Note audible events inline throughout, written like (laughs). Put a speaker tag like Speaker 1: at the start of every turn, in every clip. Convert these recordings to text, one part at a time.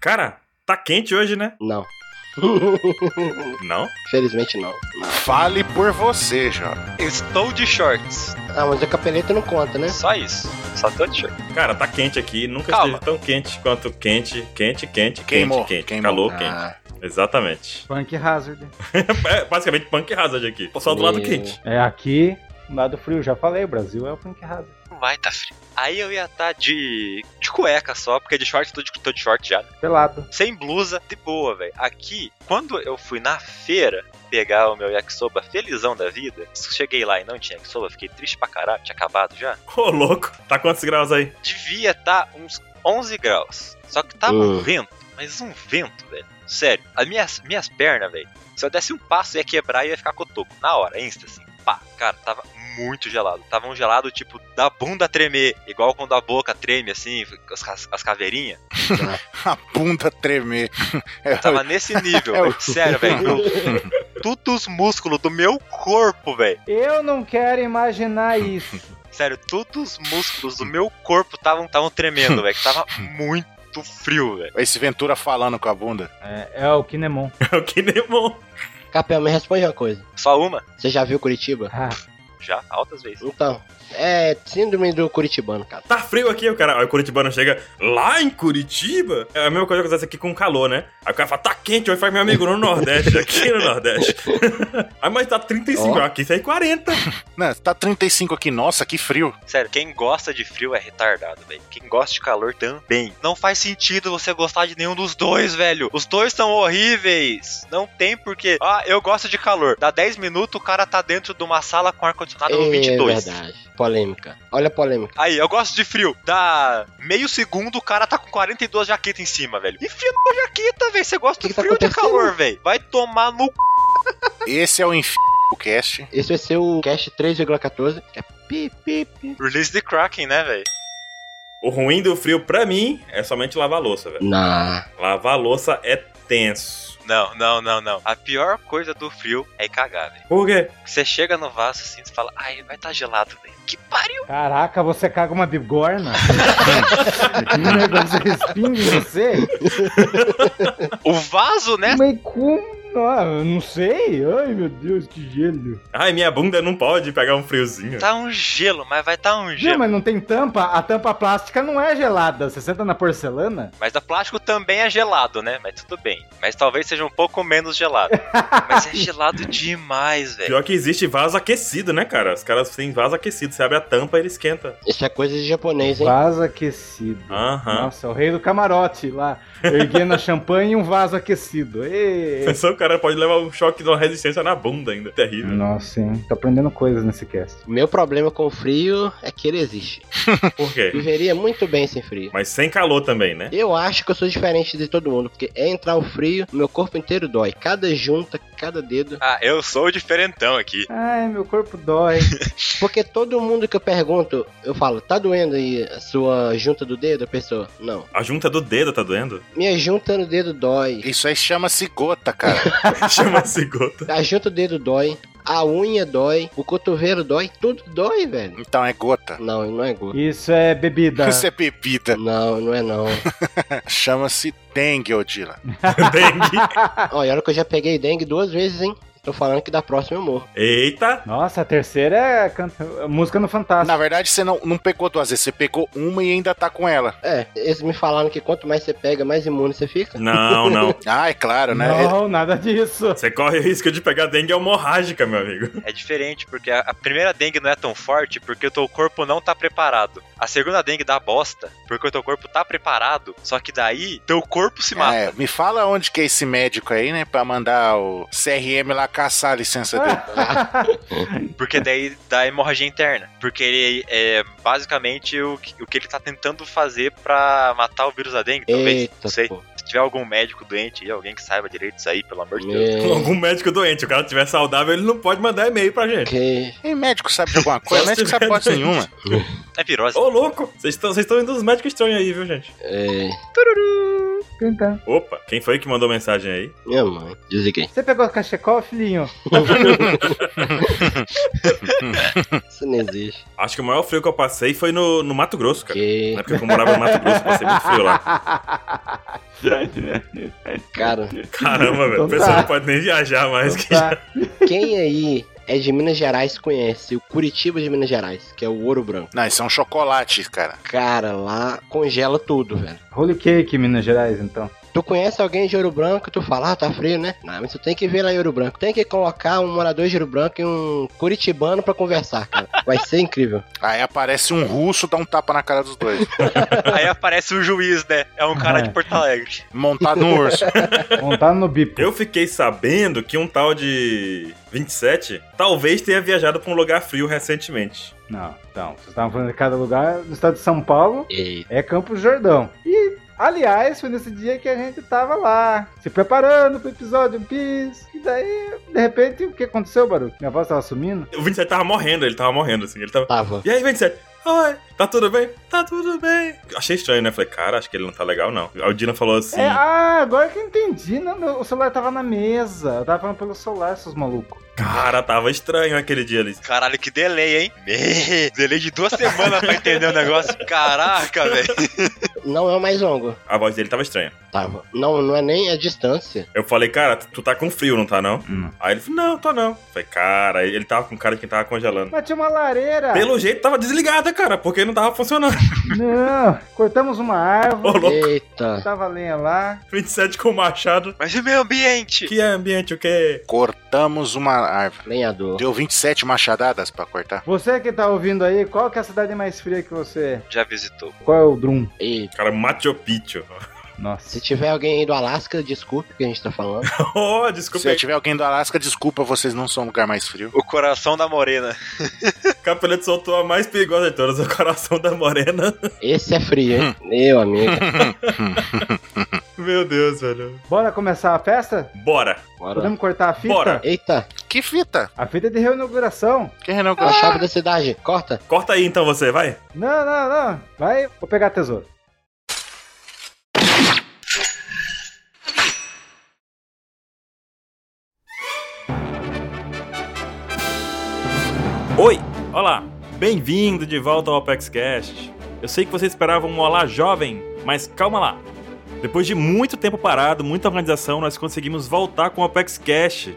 Speaker 1: Cara, tá quente hoje, né?
Speaker 2: Não. (laughs)
Speaker 1: Não?
Speaker 2: Felizmente não. não.
Speaker 3: Fale por você, Jota.
Speaker 4: Estou de shorts.
Speaker 2: Ah, mas a capeleta não conta, né?
Speaker 4: Só isso. Só tô de shorts.
Speaker 1: Cara, tá quente aqui. Nunca
Speaker 4: Calma.
Speaker 1: esteve tão quente quanto quente, quente, quente,
Speaker 3: Queimou,
Speaker 1: quente, quente.
Speaker 3: queimou.
Speaker 1: Calor
Speaker 2: Ah,
Speaker 1: quente. Exatamente. (laughs)
Speaker 5: Punk Hazard.
Speaker 1: É basicamente punk hazard aqui. Só do lado
Speaker 2: Meu.
Speaker 1: quente.
Speaker 5: É aqui, lado frio, já falei, o Brasil é o Punk Hazard.
Speaker 4: Não vai tá frio. Aí eu ia tá de, de cueca só, porque de short tô de, tô de short já. né?
Speaker 5: Pelado.
Speaker 4: Sem blusa, de boa, velho. Aqui, quando eu fui na feira pegar o meu yakisoba felizão da vida, cheguei lá e não tinha yakisoba, fiquei triste pra caralho, tinha acabado já.
Speaker 1: Ô, louco. Tá quantos graus aí? (laughs)
Speaker 4: devia estar uns 11 graus. Só que tava um
Speaker 2: Uh.
Speaker 4: vento, mas um vento, velho. Sério, as minhas, minhas pernas, velho. Se eu desse um passo, ia quebrar e ia ficar cotoco. Na hora, insta, assim. Pá, cara, tava muito gelado. Tava um gelado, tipo, da bunda tremer. Igual quando a boca treme, assim, as, as, as caveirinhas.
Speaker 3: A bunda tremer. (laughs) É,
Speaker 4: Tava nesse nível,
Speaker 3: É o-
Speaker 4: velho. Sério,
Speaker 3: (laughs)
Speaker 4: velho. Eu- Todos os músculos do meu corpo, velho.
Speaker 5: Eu não quero imaginar isso.
Speaker 4: Sério, todos os músculos do meu corpo estavam tavam tremendo, velho. que
Speaker 3: (laughs)
Speaker 4: Tava muito frio, velho.
Speaker 3: Esse Ventura falando com a bunda.
Speaker 5: (laughs) É, é o Kinemon.
Speaker 1: É o que nem bom.
Speaker 2: Capel, me responde uma coisa.
Speaker 4: Só uma?
Speaker 2: Você já viu Curitiba?
Speaker 5: Ah,
Speaker 4: Já, altas vezes.
Speaker 2: Então, é síndrome do curitibano, cara.
Speaker 1: Tá frio aqui, o cara. Aí o curitibano chega lá em Curitiba. É a mesma coisa que acontece aqui com calor, né? Aí o cara fala, tá quente hoje, faz meu amigo no Nordeste, aqui no Nordeste. (laughs) Aí mas tá 35,
Speaker 2: Ó.
Speaker 1: aqui sai 40.
Speaker 3: Não, tá 35 aqui, nossa, que frio.
Speaker 4: Sério, quem gosta de frio é retardado, velho. Quem gosta de calor também. Não faz sentido você gostar de nenhum dos dois, velho. Os dois são horríveis. Não tem porquê. Ah, eu gosto de calor. Dá 10 minutos, o cara tá dentro de uma sala com ar-condicionado Tá no
Speaker 2: é
Speaker 4: 22.
Speaker 2: verdade. Polêmica. Olha a polêmica.
Speaker 4: Aí, eu gosto de frio. Dá meio segundo, o cara tá com 42 jaquetas em cima, velho. Enfia na jaqueta, velho. Você gosta
Speaker 2: Que
Speaker 4: de
Speaker 2: que tá
Speaker 4: frio ou de
Speaker 2: acontecendo?
Speaker 4: calor, velho? Vai tomar no c...
Speaker 3: Esse é o inf... cast.
Speaker 2: Esse vai ser o cast 3,14. É pi, pi, pi.
Speaker 4: Release the Kraken, né, velho?
Speaker 1: O ruim do frio, pra mim, é somente lavar a louça, velho.
Speaker 2: Nah.
Speaker 1: Lavar a louça é tenso.
Speaker 4: Não, não, não, não. A pior coisa do frio é cagar, velho.
Speaker 1: Por quê?
Speaker 4: Você chega no vaso assim, você fala, ai, vai estar tá gelado, velho. Que pariu!
Speaker 5: caraca, você caga uma (laughs) bigorna? um negócio respinga em você?
Speaker 4: O vaso, né?
Speaker 5: Mas como? Ah, eu não sei. Ai, meu Deus, que gelo.
Speaker 1: Ai, minha bunda não pode pegar um friozinho.
Speaker 4: Tá um gelo, mas vai tá um
Speaker 5: Não,
Speaker 4: gelo.
Speaker 5: mas não tem tampa? A tampa plástica não é gelada. Você senta na porcelana?
Speaker 4: Mas da plástico também é gelado, né? Mas tudo bem. Mas talvez seja um pouco menos
Speaker 5: (laughs)
Speaker 4: gelado. mas é gelado demais, velho.
Speaker 1: Pior que existe vaso aquecido, né, cara? Os caras têm vaso aquecido. Você abre a tampa, ele esquenta.
Speaker 2: Isso é coisa de japonês, hein?
Speaker 5: Vaso aquecido.
Speaker 1: Aham.
Speaker 5: Nossa, é o rei do camarote lá, erguendo a champanhe e um vaso aquecido. Ê!
Speaker 1: (laughs) Pensou que o cara pode levar um choque de uma resistência na bunda ainda. É Terrível.
Speaker 5: Nossa, hein? Tô aprendendo coisas nesse cast.
Speaker 2: Meu problema com o frio é que ele existe.
Speaker 1: Por quê?
Speaker 2: Viveria muito bem sem frio.
Speaker 1: Mas sem calor também, né?
Speaker 2: Eu acho que eu sou diferente de todo mundo, porque é entrar o frio, meu corpo inteiro dói. Cada junta, cada dedo.
Speaker 4: Ah, eu sou o diferentão aqui.
Speaker 5: Ai, meu corpo dói.
Speaker 2: Porque todo mundo que eu pergunto, eu falo, tá doendo aí a sua junta do dedo? A pessoa, não.
Speaker 1: A junta do dedo tá doendo? (laughs)
Speaker 2: Minha junta no dedo dói.
Speaker 3: Isso aí chama-se gota,
Speaker 4: (laughs)
Speaker 3: cara.
Speaker 1: Chama-se gota. (laughs)
Speaker 2: A junta do dedo dói. A unha dói. O cotovelo dói. Tudo dói, velho.
Speaker 3: Então é gota.
Speaker 2: Não, não é gordo.
Speaker 5: Isso é bebida.
Speaker 3: Isso é bebida.
Speaker 2: Não, não é
Speaker 4: (laughs)
Speaker 2: não.
Speaker 3: Chama-se dengue, Odila.
Speaker 1: Dengue.
Speaker 2: Olha, olha que eu já peguei dengue duas vezes, hein? Tô falando que da próxima eu morro.
Speaker 1: Eita.
Speaker 5: Nossa, a terceira é canta- música no Fantástico.
Speaker 3: Na verdade, você não, não pegou duas vezes, você pegou uma e ainda tá com ela.
Speaker 2: É, eles me falaram que quanto mais você pega, mais imune você fica.
Speaker 1: Não, não.
Speaker 3: Ah, é claro, né?
Speaker 5: Não, nada disso.
Speaker 1: Você corre o risco de pegar dengue hemorrágica, meu amigo.
Speaker 4: É diferente, porque a- a primeira dengue não é tão forte porque o teu corpo não tá preparado. A segunda dengue dá bosta porque o teu corpo tá preparado, só que daí teu corpo se mata.
Speaker 3: É, me fala onde que é esse médico aí, né? Pra mandar o CRM lá caçar a licença dele.
Speaker 4: Porque daí dá hemorragia interna. Porque ele é basicamente o que, o que ele tá tentando fazer pra matar o vírus da dengue, talvez.
Speaker 2: Eita,
Speaker 4: não sei.
Speaker 2: pô.
Speaker 4: Se tiver algum médico doente aí, alguém que saiba direito isso aí, pelo amor de Deus.
Speaker 1: Com
Speaker 2: Meu,
Speaker 1: algum médico doente, o cara tiver saudável, ele não pode mandar e-mail pra gente.
Speaker 2: que...
Speaker 3: E médico sabe de alguma coisa?
Speaker 1: Só se
Speaker 3: médico sabe
Speaker 1: tiver
Speaker 3: coisa
Speaker 1: doente.
Speaker 3: nenhuma.
Speaker 4: É virose.
Speaker 1: Ô, louco! Vocês estão vocês estão indo nos médicos estranhos aí, viu, gente?
Speaker 2: É...
Speaker 5: tentando.
Speaker 1: Opa, quem foi que mandou mensagem aí?
Speaker 2: Minha mãe, desliguei.
Speaker 5: Você pegou o cachecol, filhinho?
Speaker 2: Isso não
Speaker 4: (laughs)
Speaker 2: existe.
Speaker 1: Acho que o maior frio que eu passei foi no, no Mato Grosso, cara.
Speaker 2: Que,
Speaker 1: Na
Speaker 4: é
Speaker 1: época que eu morava no Mato Grosso, eu passei muito frio
Speaker 5: (laughs)
Speaker 1: lá.
Speaker 2: cara,
Speaker 1: Caramba, velho.
Speaker 5: Então
Speaker 1: O pessoal
Speaker 5: tá.
Speaker 1: não pode nem viajar mais. É que-
Speaker 5: Tá.
Speaker 2: quem aí é de Minas Gerais conhece o Curitiba de Minas Gerais, que é o ouro branco.
Speaker 3: Não, isso é um chocolate, cara.
Speaker 2: Cara, lá congela tudo, velho.
Speaker 5: Holy cake, Minas Gerais, então.
Speaker 2: Tu conhece alguém de Ouro Branco, tu fala, ah, tá frio, né? Não, mas tu tem que ver lá em Ouro Branco. Tem que colocar um morador de Ouro Branco e um curitibano pra conversar, cara. Vai ser incrível.
Speaker 3: Aí aparece um russo, dá um tapa na cara dos dois. (laughs)
Speaker 4: Aí aparece o juiz, né? É um cara de Porto Alegre.
Speaker 3: Montado no urso.
Speaker 5: Montado no bipo.
Speaker 1: Eu fiquei sabendo que um tal de 27 talvez tenha viajado pra um lugar frio recentemente.
Speaker 5: Não, então, vocês estavam falando de cada lugar. No estado de São Paulo
Speaker 2: E
Speaker 5: é Campos do Jordão. E, aliás, foi nesse dia que a gente tava lá, se preparando pro episódio One Piece. E daí, de repente, o que aconteceu, Baruch? Minha voz tava sumindo?
Speaker 1: O 27 tava morrendo, ele tava morrendo, assim. Ele tava.
Speaker 2: tava.
Speaker 1: E aí, 27? Oi, tá tudo bem? Tá tudo bem. Achei estranho, né? Falei, cara, acho que ele não tá legal, não. Aí o Dina falou assim.
Speaker 5: É, ah, agora que eu entendi. Não, meu, o celular tava na mesa. Eu tava falando pelo celular, seus malucos.
Speaker 1: Cara, tava estranho aquele dia ali.
Speaker 4: Caralho, que delay, (laughs) hein? Me... Delay de duas semanas pra entender o negócio. Caraca, velho.
Speaker 2: Não é o mais longo.
Speaker 1: A voz dele tava estranha.
Speaker 2: Tava. Não, não é nem a distância.
Speaker 1: Eu falei, cara, tu tá com frio, não tá não?
Speaker 5: Hum.
Speaker 1: Aí ele falou, não, tô não. Falei, cara, ele tava com cara de quem tava congelando.
Speaker 5: Mas tinha uma lareira.
Speaker 1: Pelo jeito tava desligada, cara, porque não tava funcionando. (laughs)
Speaker 5: Não, cortamos uma
Speaker 1: Ô,
Speaker 5: árvore.
Speaker 1: louco,
Speaker 2: Eita.
Speaker 5: Tava lenha lá.
Speaker 1: 27 com machado.
Speaker 4: Mas e o meio ambiente?
Speaker 1: Que é ambiente, o que
Speaker 3: Cortamos uma árvore.
Speaker 2: Lenhador.
Speaker 3: Deu 27 machadadas pra cortar.
Speaker 5: Você que tá ouvindo aí, qual que é a cidade mais fria que você?
Speaker 4: Já visitou.
Speaker 5: Qual é o Drum?
Speaker 2: Eita.
Speaker 1: Cara, Machu Picchu. (laughs)
Speaker 5: Nossa.
Speaker 2: Se tiver alguém aí do Alasca, desculpe o que a gente tá falando.
Speaker 1: oh, desculpa
Speaker 3: Se eu
Speaker 1: aí.
Speaker 3: tiver alguém do Alasca, desculpa, vocês não são um lugar mais frio.
Speaker 4: O coração da morena.
Speaker 1: Capelete soltou a mais perigosa de todas, o coração da morena. (laughs)
Speaker 2: Esse é frio, hein? Meu amigo.
Speaker 1: Meu Deus, velho.
Speaker 5: Bora começar a festa?
Speaker 1: Bora.
Speaker 2: Bora.
Speaker 5: Podemos cortar a fita?
Speaker 1: Bora.
Speaker 2: Eita,
Speaker 3: Que fita?
Speaker 5: A fita é de reinauguração.
Speaker 3: Que Renan
Speaker 2: a chave da cidade. Corta.
Speaker 1: Corta aí então você, vai.
Speaker 5: Não, não, não. Vai, vou pegar tesouro.
Speaker 1: Oi, olá. Bem-vindo de volta ao Apex Cast. Eu sei que você esperava um olá jovem, mas calma lá. Depois de muito tempo parado, muita organização, nós conseguimos voltar com o Apex Cash.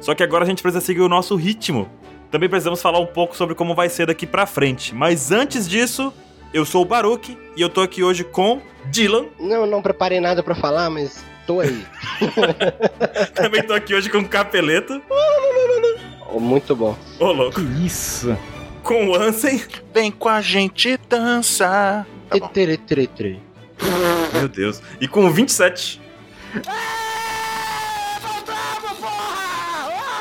Speaker 1: Só que agora a gente precisa seguir o nosso ritmo. Também precisamos falar um pouco sobre como vai ser daqui pra frente. Mas antes disso, eu sou o Baruque e eu tô aqui hoje com Dylan. (laughs)
Speaker 2: Não, não preparei nada pra falar, mas tô aí.
Speaker 1: Também tô aqui hoje com Capeleto.
Speaker 2: Oh, (laughs) Muito bom.
Speaker 1: Ô, louco.
Speaker 5: isso?
Speaker 1: Com o Ansem.
Speaker 3: Vem com a gente dançar. Tá bom.
Speaker 2: Tere, tere, tere.
Speaker 1: Meu Deus. E com o 27.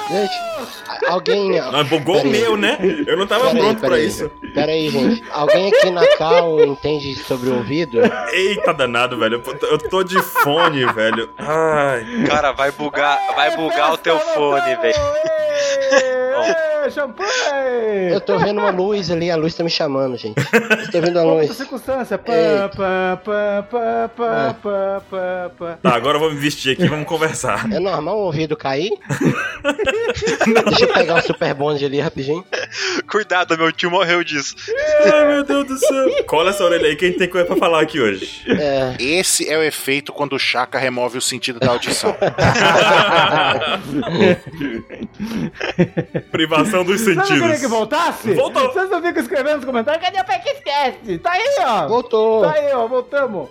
Speaker 2: Gente, a- alguém.
Speaker 1: Não, bugou o
Speaker 2: Peraí.
Speaker 1: meu, né? Eu não tava
Speaker 2: Peraí,
Speaker 1: pronto pra
Speaker 2: peraí.
Speaker 1: isso.
Speaker 2: Pera aí, gente. Alguém aqui na Cal entende sobre o ouvido?
Speaker 1: Eita danado, velho. Eu tô- Eu tô de fone, velho. Ai.
Speaker 4: Cara, vai bugar, vai bugar o teu fone, velho.
Speaker 5: velho. Champanhe!
Speaker 2: Eu tô vendo uma luz ali, a luz tá me chamando, gente. Você tá vendo a
Speaker 5: Outra
Speaker 2: luz?
Speaker 5: circunstância. Pá,
Speaker 2: Ei.
Speaker 5: pá, pá, pá, pá,
Speaker 2: Ah.
Speaker 5: pá, pá, pá.
Speaker 1: Tá, agora eu vou me vestir aqui e vamos conversar.
Speaker 2: É normal o ouvido cair? Deixa eu pegar o super bonde ali rapidinho.
Speaker 4: Cuidado, meu tio morreu disso.
Speaker 1: Ai, meu Deus do céu. Cola essa orelha aí que a gente tem coisa pra falar aqui hoje.
Speaker 2: (laughs) É,
Speaker 3: Esse é o efeito quando o Chaka remove o sentido da (laughs) audição.
Speaker 1: Privação dos
Speaker 5: Sabe eu queria
Speaker 1: sentidos.
Speaker 5: é que voltasse?
Speaker 1: Voltou.
Speaker 5: Vocês não ficam escrevendo nos comentários? Cadê o Pack Esquece? Tá aí, ó.
Speaker 2: voltou.
Speaker 5: Tá aí, ó. Voltamos.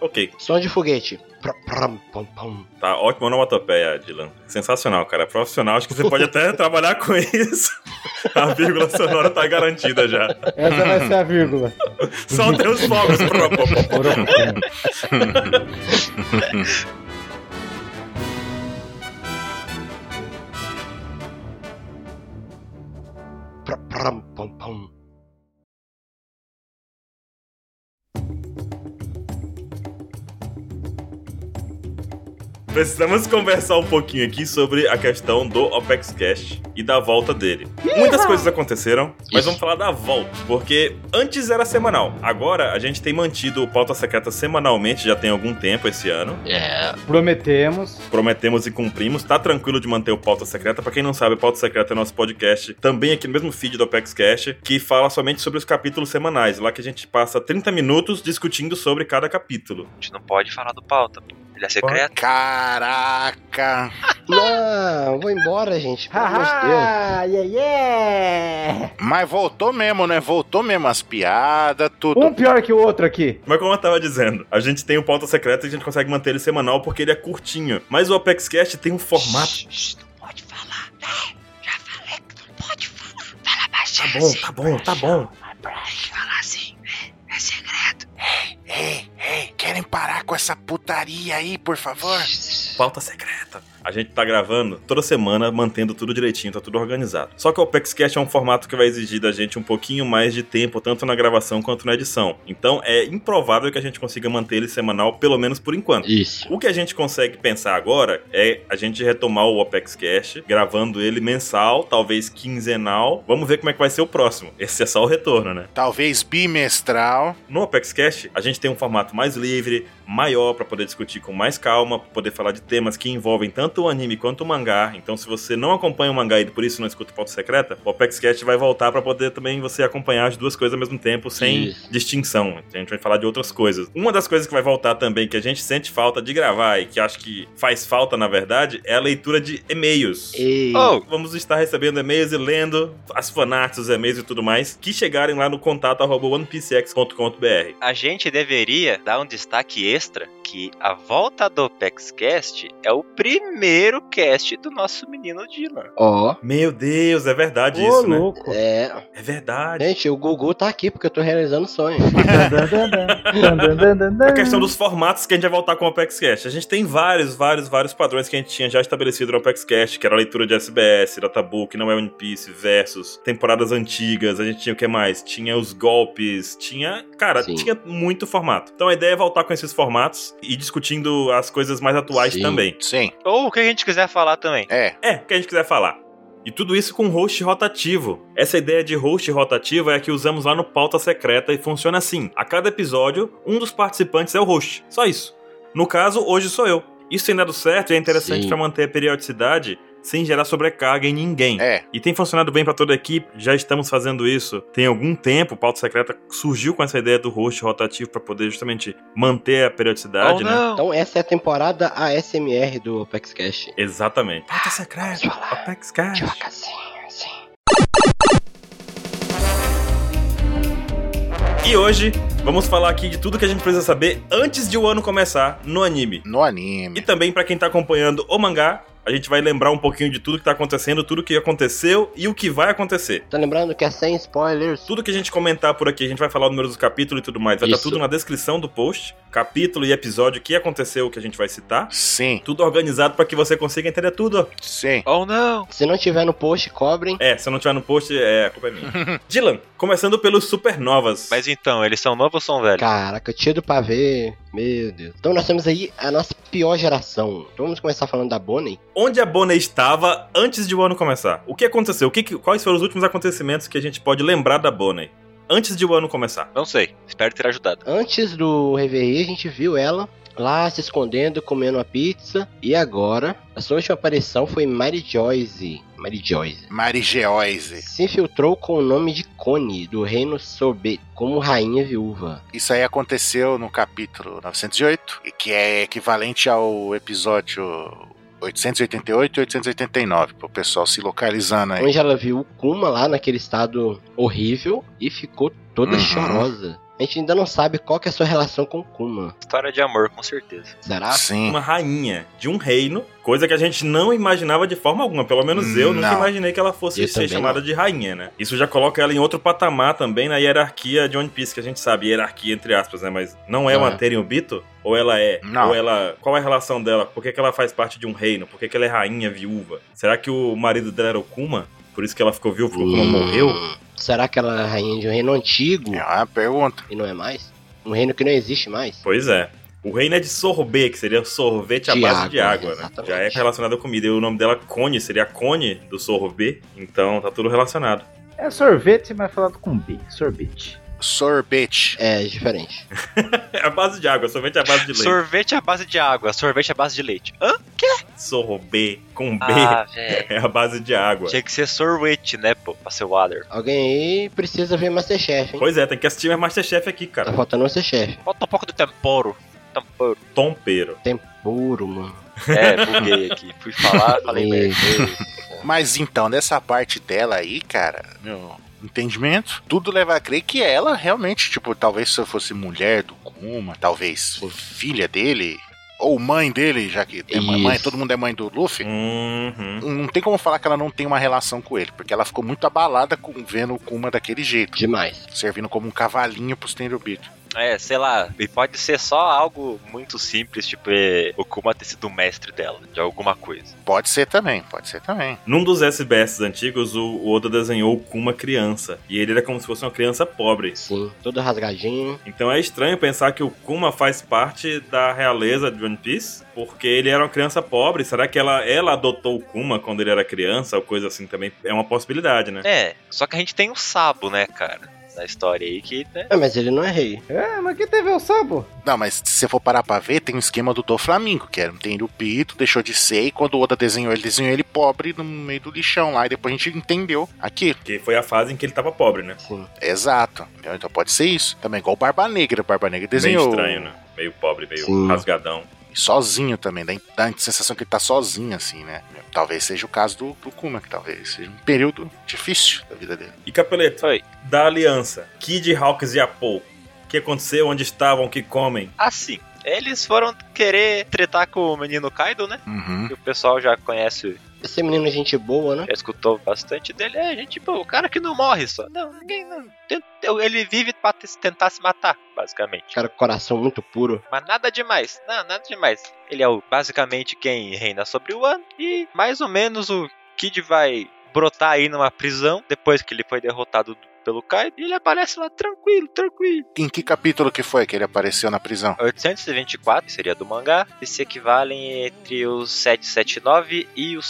Speaker 1: Ok,
Speaker 2: Som de foguete. Pra- pram, pam, pam.
Speaker 1: tá ótima onomatopeia, Dylan. Sensacional, cara. Profissional. Acho que você pode até trabalhar com isso. A vírgula sonora tá garantida já.
Speaker 5: Essa vai ser a vírgula.
Speaker 1: Só Deus fogos.
Speaker 2: Pra- pram, pam, pam.
Speaker 1: Precisamos conversar um pouquinho aqui sobre a questão do OPEX Cash e da volta dele. Muitas coisas aconteceram, mas
Speaker 2: Isso.
Speaker 1: vamos falar da volta, porque antes era semanal. Agora a gente tem mantido o Pauta Secreta semanalmente, já tem algum tempo esse ano.
Speaker 2: É,
Speaker 5: (laughs) Prometemos.
Speaker 1: Prometemos e cumprimos. Tá tranquilo de manter o Pauta Secreta. Pra quem não sabe, o Pauta Secreta é nosso podcast, também aqui no mesmo feed do Apex Cash, que fala somente sobre os capítulos semanais. Lá que a gente passa 30 minutos discutindo sobre cada capítulo.
Speaker 4: A gente não pode falar do pauta, pô. Ele é secreto.
Speaker 3: Caraca!
Speaker 2: Não, vou embora, gente. Pelo amor de Deus.
Speaker 5: Haha, yeah, yeah.
Speaker 3: Mas voltou mesmo, né? Voltou mesmo as piadas, tudo.
Speaker 5: Um pior que o outro aqui.
Speaker 1: Mas como eu tava dizendo, a gente tem o Pauta Secreta e a gente consegue manter ele semanal porque ele é curtinho. Mas o Apex Cash tem um formato.
Speaker 4: Shh, shh, não pode falar. Véi, já falei que não pode falar. Fala assim.
Speaker 1: Tá
Speaker 4: baixinho.
Speaker 1: bom, tá bom, tá bom.
Speaker 4: Fala assim. É segredo.
Speaker 3: Ei, ei, querem parar com essa putaria aí, por favor?
Speaker 1: Pauta secreta. A gente tá gravando toda semana, mantendo tudo direitinho, tá tudo organizado. Só que o Apex Cash é um formato que vai exigir da gente um pouquinho mais de tempo, tanto na gravação quanto na edição. Então é improvável que a gente consiga manter ele semanal, pelo menos por enquanto.
Speaker 2: Isso.
Speaker 1: O que a gente consegue pensar agora é a gente retomar o Apex Cash, gravando ele mensal, talvez quinzenal. Vamos ver como é que vai ser o próximo. Esse é só o retorno, né?
Speaker 3: Talvez bimestral.
Speaker 1: No Apex Cash, a gente tem um formato mais livre, maior pra poder discutir com mais calma, pra poder falar de temas que envolvem tanto o anime quanto o mangá. Então, se você não acompanha o mangá e por isso não escuta o Pauta Secreta, o Apex Cash vai voltar pra poder também você acompanhar as duas coisas ao mesmo tempo, sem
Speaker 2: Isso.
Speaker 1: distinção. Então, A gente vai falar de outras coisas. Uma das coisas que vai voltar também, que a gente sente falta de gravar e que acho que faz falta, na verdade, é a leitura de e-mails.
Speaker 2: E...
Speaker 4: Oh,
Speaker 1: Vamos estar recebendo e-mails e lendo as fanarts, os e-mails e tudo mais que chegarem lá no contato arroba onepcx.com.br.
Speaker 4: a gente deveria dar um destaque extra que a volta do PEXCast é o primeiro cast do nosso menino Dylan.
Speaker 2: Ó.
Speaker 1: Meu Deus, é verdade
Speaker 5: Ô,
Speaker 1: isso, né? (laughs)
Speaker 5: louco.
Speaker 2: É.
Speaker 1: É verdade.
Speaker 2: Gente, o Gugu tá aqui porque eu tô realizando sonho.
Speaker 1: A questão dos formatos que a gente vai voltar com o Apex Cash. A gente tem vários, vários, vários padrões que a gente tinha já estabelecido no Apex Cash, que era a leitura de SBS, Databook, não é One Piece, versus temporadas antigas. A gente tinha o que mais? Tinha os golpes, tinha. Cara,
Speaker 2: Sim.
Speaker 1: tinha muito formato. Então a ideia é voltar com esses formatos e discutindo as coisas mais atuais
Speaker 2: Sim.
Speaker 1: também.
Speaker 3: Sim,
Speaker 4: Ou o que a gente quiser falar também.
Speaker 3: é.
Speaker 1: É, o que a gente quiser falar. E tudo isso com host rotativo. Essa ideia de host rotativo é a que usamos lá no Pauta Secreta e funciona assim: a cada episódio, um dos participantes é o host. Só isso. No caso, hoje sou eu. Isso tem dado certo e é interessante
Speaker 2: Sim.
Speaker 1: pra manter a periodicidade sem gerar sobrecarga em ninguém.
Speaker 3: É,
Speaker 1: E tem funcionado bem pra toda a equipe, já estamos fazendo isso tem algum tempo. O Pauta Secreta surgiu com essa ideia do host rotativo pra poder justamente manter a periodicidade,
Speaker 4: Ou
Speaker 1: né?
Speaker 4: Oh, não.
Speaker 2: Então essa é a temporada ASMR do Apex Cash.
Speaker 1: Exatamente. Pauta Secreta, Apex Cash.
Speaker 2: Devagarzinho, assim.
Speaker 1: E hoje vamos falar aqui de tudo que a gente precisa saber antes de o ano começar no anime.
Speaker 3: no
Speaker 1: E
Speaker 3: anime.
Speaker 1: também pra quem tá acompanhando o mangá, a gente vai lembrar um pouquinho de tudo que tá acontecendo, tudo que aconteceu e o que vai acontecer.
Speaker 2: Tá lembrando que é sem spoilers?
Speaker 1: Tudo que a gente comentar por aqui, a gente vai falar o número do capítulo e tudo mais, vai estar
Speaker 2: Isso.
Speaker 1: tudo na descrição do post, capítulo e episódio que aconteceu, que a gente vai citar.
Speaker 3: Sim,
Speaker 1: Tudo organizado pra que você consiga entender tudo.
Speaker 3: sim.
Speaker 4: Ou não.
Speaker 2: Se não tiver no post, cobrem.
Speaker 1: É, se eu não tiver no post, é, a culpa é minha. Dylan, começando pelos supernovas.
Speaker 4: Mas então, eles são novos ou são velhos?
Speaker 2: Caraca, eu tiro do pavê. Meu Deus. Então nós temos aí a nossa pior geração. Então vamos começar falando da Bonnie.
Speaker 1: onde a Bonnie estava antes de o ano começar. O que aconteceu? O que, que- quais foram os últimos acontecimentos que a gente pode lembrar da Bonnie antes de o ano começar?
Speaker 4: Não sei. Espero ter ajudado.
Speaker 2: Antes do reverie, a gente viu ela lá se escondendo, comendo uma pizza. E agora, a sua última aparição foi Mary Joyce. Mary Joyce.
Speaker 3: Marigeoise.
Speaker 2: Se infiltrou com o nome de Connie, do reino Sorbet, como rainha viúva.
Speaker 3: Isso aí aconteceu no capítulo 908, e que é equivalente ao episódio 888 e 889, pro pessoal se localizando aí.
Speaker 2: Onde ela viu o Kuma lá naquele estado horrível e ficou toda
Speaker 3: Uhum.
Speaker 2: chorosa. A gente ainda não sabe qual que é a sua relação com o Kuma.
Speaker 4: História de amor, com certeza.
Speaker 2: Será?
Speaker 3: Sim.
Speaker 1: Uma rainha de um reino, coisa que a gente não imaginava de forma alguma. Pelo menos eu nunca
Speaker 3: Não.
Speaker 1: imaginei que ela fosse
Speaker 2: Eu
Speaker 1: ser
Speaker 2: também
Speaker 1: chamada de rainha, né? Isso já coloca ela em outro patamar também na hierarquia de One Piece, que a gente sabe, hierarquia entre aspas, né? Mas não é
Speaker 2: Ah.
Speaker 1: uma Terem Obito? Ou ela é?
Speaker 3: Não.
Speaker 1: Ou ela. Qual é a relação dela? Por que, que ela faz parte de um reino? Por que, que ela é rainha viúva? Será que o marido dela era o Kuma? Por isso que ela ficou viúva, porque o Kuma
Speaker 2: Hum.
Speaker 1: morreu? É.
Speaker 2: Será que ela é rainha de um reino antigo
Speaker 3: É uma pergunta.
Speaker 2: e não é mais? Um reino que não existe mais?
Speaker 1: Pois é. O reino é de sorbet, que seria sorvete à
Speaker 2: De
Speaker 1: base
Speaker 2: água,
Speaker 1: de água, né?
Speaker 2: exatamente.
Speaker 1: Já é relacionado à comida. E o nome dela, Cone, seria a Cone do sorbet. Então tá tudo relacionado. (laughs)
Speaker 5: É sorvete, mas falado com B. Sorvete.
Speaker 3: Sorbete.
Speaker 2: É diferente.
Speaker 1: É a base de água, sorvete é a base de leite.
Speaker 4: Sorvete à base de água, sorvete à base de leite. Hã?
Speaker 1: Sorbet com B
Speaker 4: Ah, velho.
Speaker 1: (laughs) é a base de água.
Speaker 4: Tinha que ser sorvete, né, pô, pra ser o Waller.
Speaker 2: Alguém aí precisa ver Masterchef, hein?
Speaker 1: Pois é, tem que assistir mais Masterchef aqui,
Speaker 2: Tá
Speaker 1: cara.
Speaker 2: faltando Masterchef.
Speaker 4: Falta um pouco do temporo. Temporo.
Speaker 1: Tompeiro.
Speaker 2: Tempuro, mano.
Speaker 4: É, buguei aqui. Fui falar, falei
Speaker 2: Ih.
Speaker 4: merda.
Speaker 3: Mas então, nessa parte dela aí, cara, meu entendimento, tudo leva a crer que ela realmente, tipo, talvez se eu fosse mulher do Kuma, talvez filha dele, ou mãe dele, já que é mãe,
Speaker 2: Isso.
Speaker 3: mãe, todo mundo é mãe do Luffy.
Speaker 1: Uhum.
Speaker 3: Não tem como falar que ela não tem uma relação com ele, porque ela ficou muito abalada com vendo o Kuma daquele jeito,
Speaker 2: Demais.
Speaker 3: servindo como um cavalinho pros Tenryubito.
Speaker 4: É, sei lá, e pode ser só algo muito simples, tipo, é, o Kuma ter sido o mestre dela, de alguma coisa.
Speaker 3: Pode ser também, pode ser também.
Speaker 1: Num dos SBS antigos, o o Oda desenhou o Kuma criança. E ele era como se fosse uma criança pobre.
Speaker 2: Sim. Todo rasgadinho.
Speaker 1: Então é estranho pensar que o Kuma faz parte da realeza de One Piece, porque ele era uma criança pobre. Será que ela, ela adotou o Kuma quando ele era criança ou coisa assim também? É uma possibilidade, né?
Speaker 4: É, só que a gente tem o Sabo, né, cara, na história aí, que, né,
Speaker 2: Ah, mas ele não é rei.
Speaker 5: É, mas quem teve o sabo?
Speaker 3: Não, mas se você for parar pra ver, tem um esquema do Do Flamengo, que era um Tenryubito, deixou de ser, e quando o Oda desenhou ele, desenhou ele pobre no meio do lixão lá, e depois a gente entendeu aqui.
Speaker 1: Que foi a fase em que ele tava pobre, né?
Speaker 2: Sim.
Speaker 3: Exato. Entendeu? Então pode ser isso. Também igual o Barba Negra. O Barba Negra
Speaker 1: Meio
Speaker 3: desenhou
Speaker 1: estranho, né? Meio pobre, meio
Speaker 2: Sim.
Speaker 1: rasgadão.
Speaker 3: sozinho também, dá, dá a sensação que ele tá sozinho, assim, né? Talvez seja o caso do, do Kuma, que talvez seja um período difícil da vida dele.
Speaker 1: E Capeleto,
Speaker 4: Oi.
Speaker 1: da aliança, Kid, Hawks e Apo. O que aconteceu? Onde estavam? O que comem?
Speaker 4: assim, eles foram querer tretar com o menino Kaido, né,
Speaker 3: Uhum.
Speaker 4: que o pessoal já conhece,
Speaker 2: Esse menino é gente boa, né?
Speaker 4: já escutou bastante dele, é, gente, pô, o cara que não morre só, não, ninguém, não, tem- ele vive pra te- tentar se matar, basicamente.
Speaker 2: Cara, com coração muito puro.
Speaker 4: Mas nada demais, não, nada demais. Ele é o, basicamente quem reina sobre o ano e mais ou menos o Kid vai brotar aí numa prisão depois que ele foi derrotado do- pelo Kaido e ele aparece lá tranquilo, tranquilo.
Speaker 3: Em que capítulo que foi que ele apareceu na prisão?
Speaker 4: 824 seria do mangá e se equivalem entre o 779 e o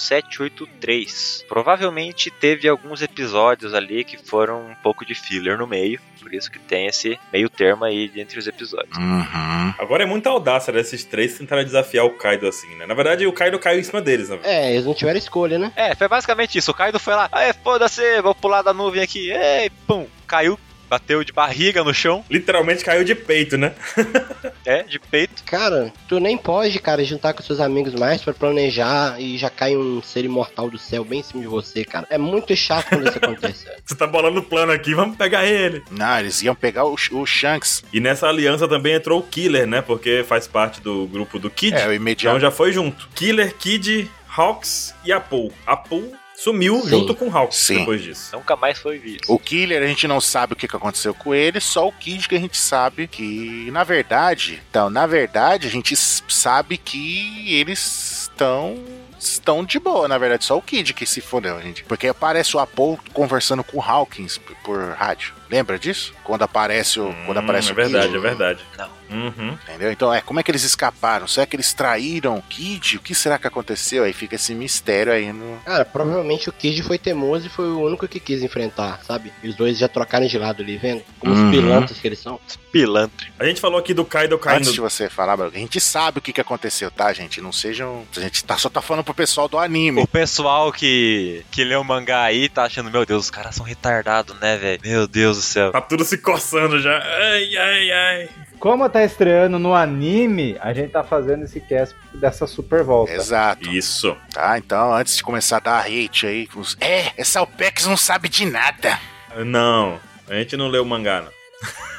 Speaker 4: 783. Provavelmente teve alguns episódios ali que foram um pouco de filler no meio, por isso que tem esse meio termo aí entre os episódios.
Speaker 3: Uhum.
Speaker 1: Agora é muita audácia desses três tentarem desafiar o Kaido assim, né? Na verdade, o Kaido caiu em cima deles, né?
Speaker 2: É, eles não tiveram escolha, né?
Speaker 4: É, foi basicamente isso. O Kaido foi lá, é, foda-se, vou pular da nuvem aqui. Ei, pum, caiu, bateu de barriga no chão,
Speaker 1: Literalmente caiu de peito, né? (laughs)
Speaker 4: é, de peito.
Speaker 2: Cara, tu nem pode, cara, juntar com seus amigos mais pra planejar e já cai um ser imortal do céu bem em cima de você, cara. É muito chato quando isso
Speaker 1: (laughs)
Speaker 2: acontece. velho.
Speaker 1: Você tá bolando o plano aqui, vamos pegar ele.
Speaker 3: Não, eles iam pegar o, o Shanks.
Speaker 1: E nessa aliança também entrou o Killer, né? Porque faz parte do grupo do Kid.
Speaker 3: É, o
Speaker 1: então
Speaker 3: imediato.
Speaker 1: já foi junto. Killer, Kid, Hawks e Apu. Apu sumiu
Speaker 2: Sim.
Speaker 1: junto com Hawks
Speaker 3: Sim.
Speaker 1: depois disso.
Speaker 4: Nunca mais foi visto.
Speaker 3: O Killer, a gente não sabe o que que aconteceu com ele, só o Kid que a gente sabe que, na verdade, então, na verdade, a gente s- sabe que eles estão estão de boa, na verdade, só o Kid que se fodeu, gente. Porque aparece o Apollo conversando com o Hawkins p- por rádio. Lembra disso? Quando aparece o quando
Speaker 1: Hum,
Speaker 3: aparece
Speaker 1: é
Speaker 3: o
Speaker 1: verdade,
Speaker 3: Kid, né?
Speaker 1: é verdade.
Speaker 4: Não.
Speaker 1: Uhum.
Speaker 3: entendeu? Então, é, como é que eles escaparam? Será que eles traíram o Kid? O que será que aconteceu? Aí fica esse mistério aí no
Speaker 2: Cara, provavelmente o Kid foi teimoso e foi o único que quis enfrentar, sabe? E os dois já trocaram de lado ali, vendo? Como
Speaker 3: Uhum.
Speaker 2: os pilantras que eles são.
Speaker 4: Pilantra.
Speaker 1: A gente falou aqui do Kaido caindo.
Speaker 3: Antes de você falar, Baruch, a gente sabe o que, que aconteceu, tá, gente? Não sejam. A gente tá, só tá falando pro pessoal do anime.
Speaker 4: O pessoal que, que lê o mangá aí tá achando, meu Deus, os caras são retardados, né, velho? Meu Deus do céu.
Speaker 1: Tá tudo se coçando já. Ai, ai, ai.
Speaker 5: Como tá estreando no anime, a gente tá fazendo esse cast dessa super volta.
Speaker 3: Exato.
Speaker 1: Isso.
Speaker 3: Tá, então, antes de começar a dar hate aí, os... é, essa OPEX não sabe de nada.
Speaker 1: Não, a gente não leu o mangá, não.
Speaker 4: (laughs)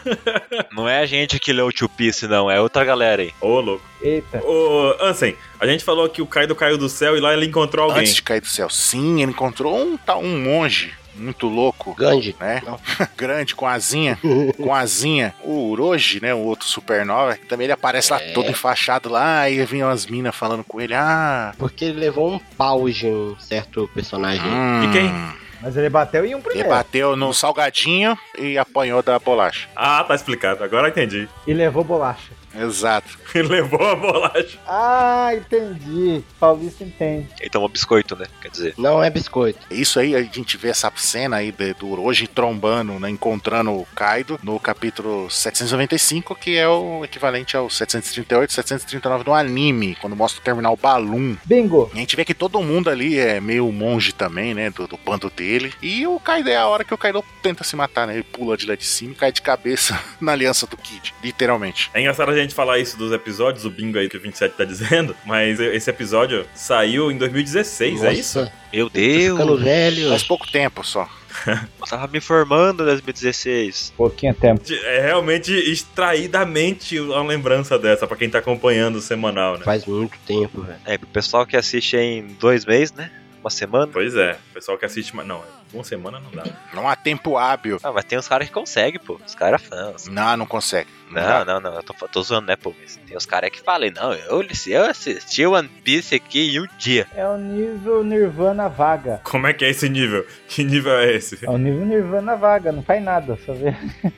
Speaker 4: Não é a gente que lê o Two Piece, não, é outra galera aí.
Speaker 1: Ô, louco.
Speaker 5: Eita.
Speaker 1: Ô, Ansem, a gente falou que o Kaido caiu do céu e lá ele encontrou alguém.
Speaker 3: Antes de cair do céu. Sim, ele encontrou um, tá, um monge muito louco,
Speaker 2: Gandhi.
Speaker 3: né?
Speaker 2: Não.
Speaker 3: (laughs) Grande, com asinha. com asinha. O Uroji, né? O outro supernova. que Também ele aparece lá todo enfaixado lá. E vinham as minas falando com ele. Ah. Uhum.
Speaker 2: Porque ele levou um pau de um certo personagem.
Speaker 1: De quem?
Speaker 5: Mas ele bateu em um
Speaker 3: Ele
Speaker 5: primeiro.
Speaker 3: hum." bateu no salgadinho e apanhou da bolacha.
Speaker 1: Ah, tá explicado. Agora eu entendi. (laughs)
Speaker 5: E levou bolacha.
Speaker 3: Exato.
Speaker 1: Ele levou a bolacha.
Speaker 5: Ah, entendi. Paulista entende.
Speaker 4: Ele tomou biscoito, né? Quer dizer,
Speaker 2: Não é biscoito.
Speaker 3: Isso aí, a gente vê essa cena aí de- do Orochi trombando, né, encontrando o Kaido no capítulo 795, que é o equivalente ao 738, 739 do anime, quando mostra o terminal Balloon.
Speaker 5: Bingo.
Speaker 3: A gente vê que todo mundo ali é meio monge também, né? Do, do bando dele. E o Kaido é a hora que o Kaido tenta se matar, né? Ele pula de lá de cima e cai de cabeça (laughs) na aliança do Kid, literalmente.
Speaker 1: É engraçado a gente falar isso dos episódios, o bingo aí que o 27 tá dizendo, (laughs) mas esse episódio saiu em 2016, é isso?
Speaker 4: meu
Speaker 2: Ficando
Speaker 4: Deus,
Speaker 2: velho.
Speaker 3: Faz pouco tempo só.
Speaker 4: eu tava me formando em 2016.
Speaker 5: Pouquinho tempo.
Speaker 1: É realmente extrair da mente uma lembrança dessa, pra quem tá acompanhando o semanal, né?
Speaker 2: Faz muito tempo, velho.
Speaker 4: É, pro pessoal que assiste em dois meses, né? Uma semana.
Speaker 1: Pois é, o pessoal que assiste. mas Não, uma semana não dá.
Speaker 3: Não há tempo hábil.
Speaker 4: Ah, mas tem uns caras que conseguem, pô. Os caras é fãs.
Speaker 3: Não, não consegue.
Speaker 4: Não, não, não. Eu tô, tô zoando, né, pô? Mas tem uns caras que falam, não, eu, eu assisti One Piece aqui em um dia.
Speaker 5: É o nível Nirvana vaga.
Speaker 1: Como é que é esse nível? Que nível é esse?
Speaker 5: É o nível Nirvana vaga. Não faz nada, só vê. (laughs)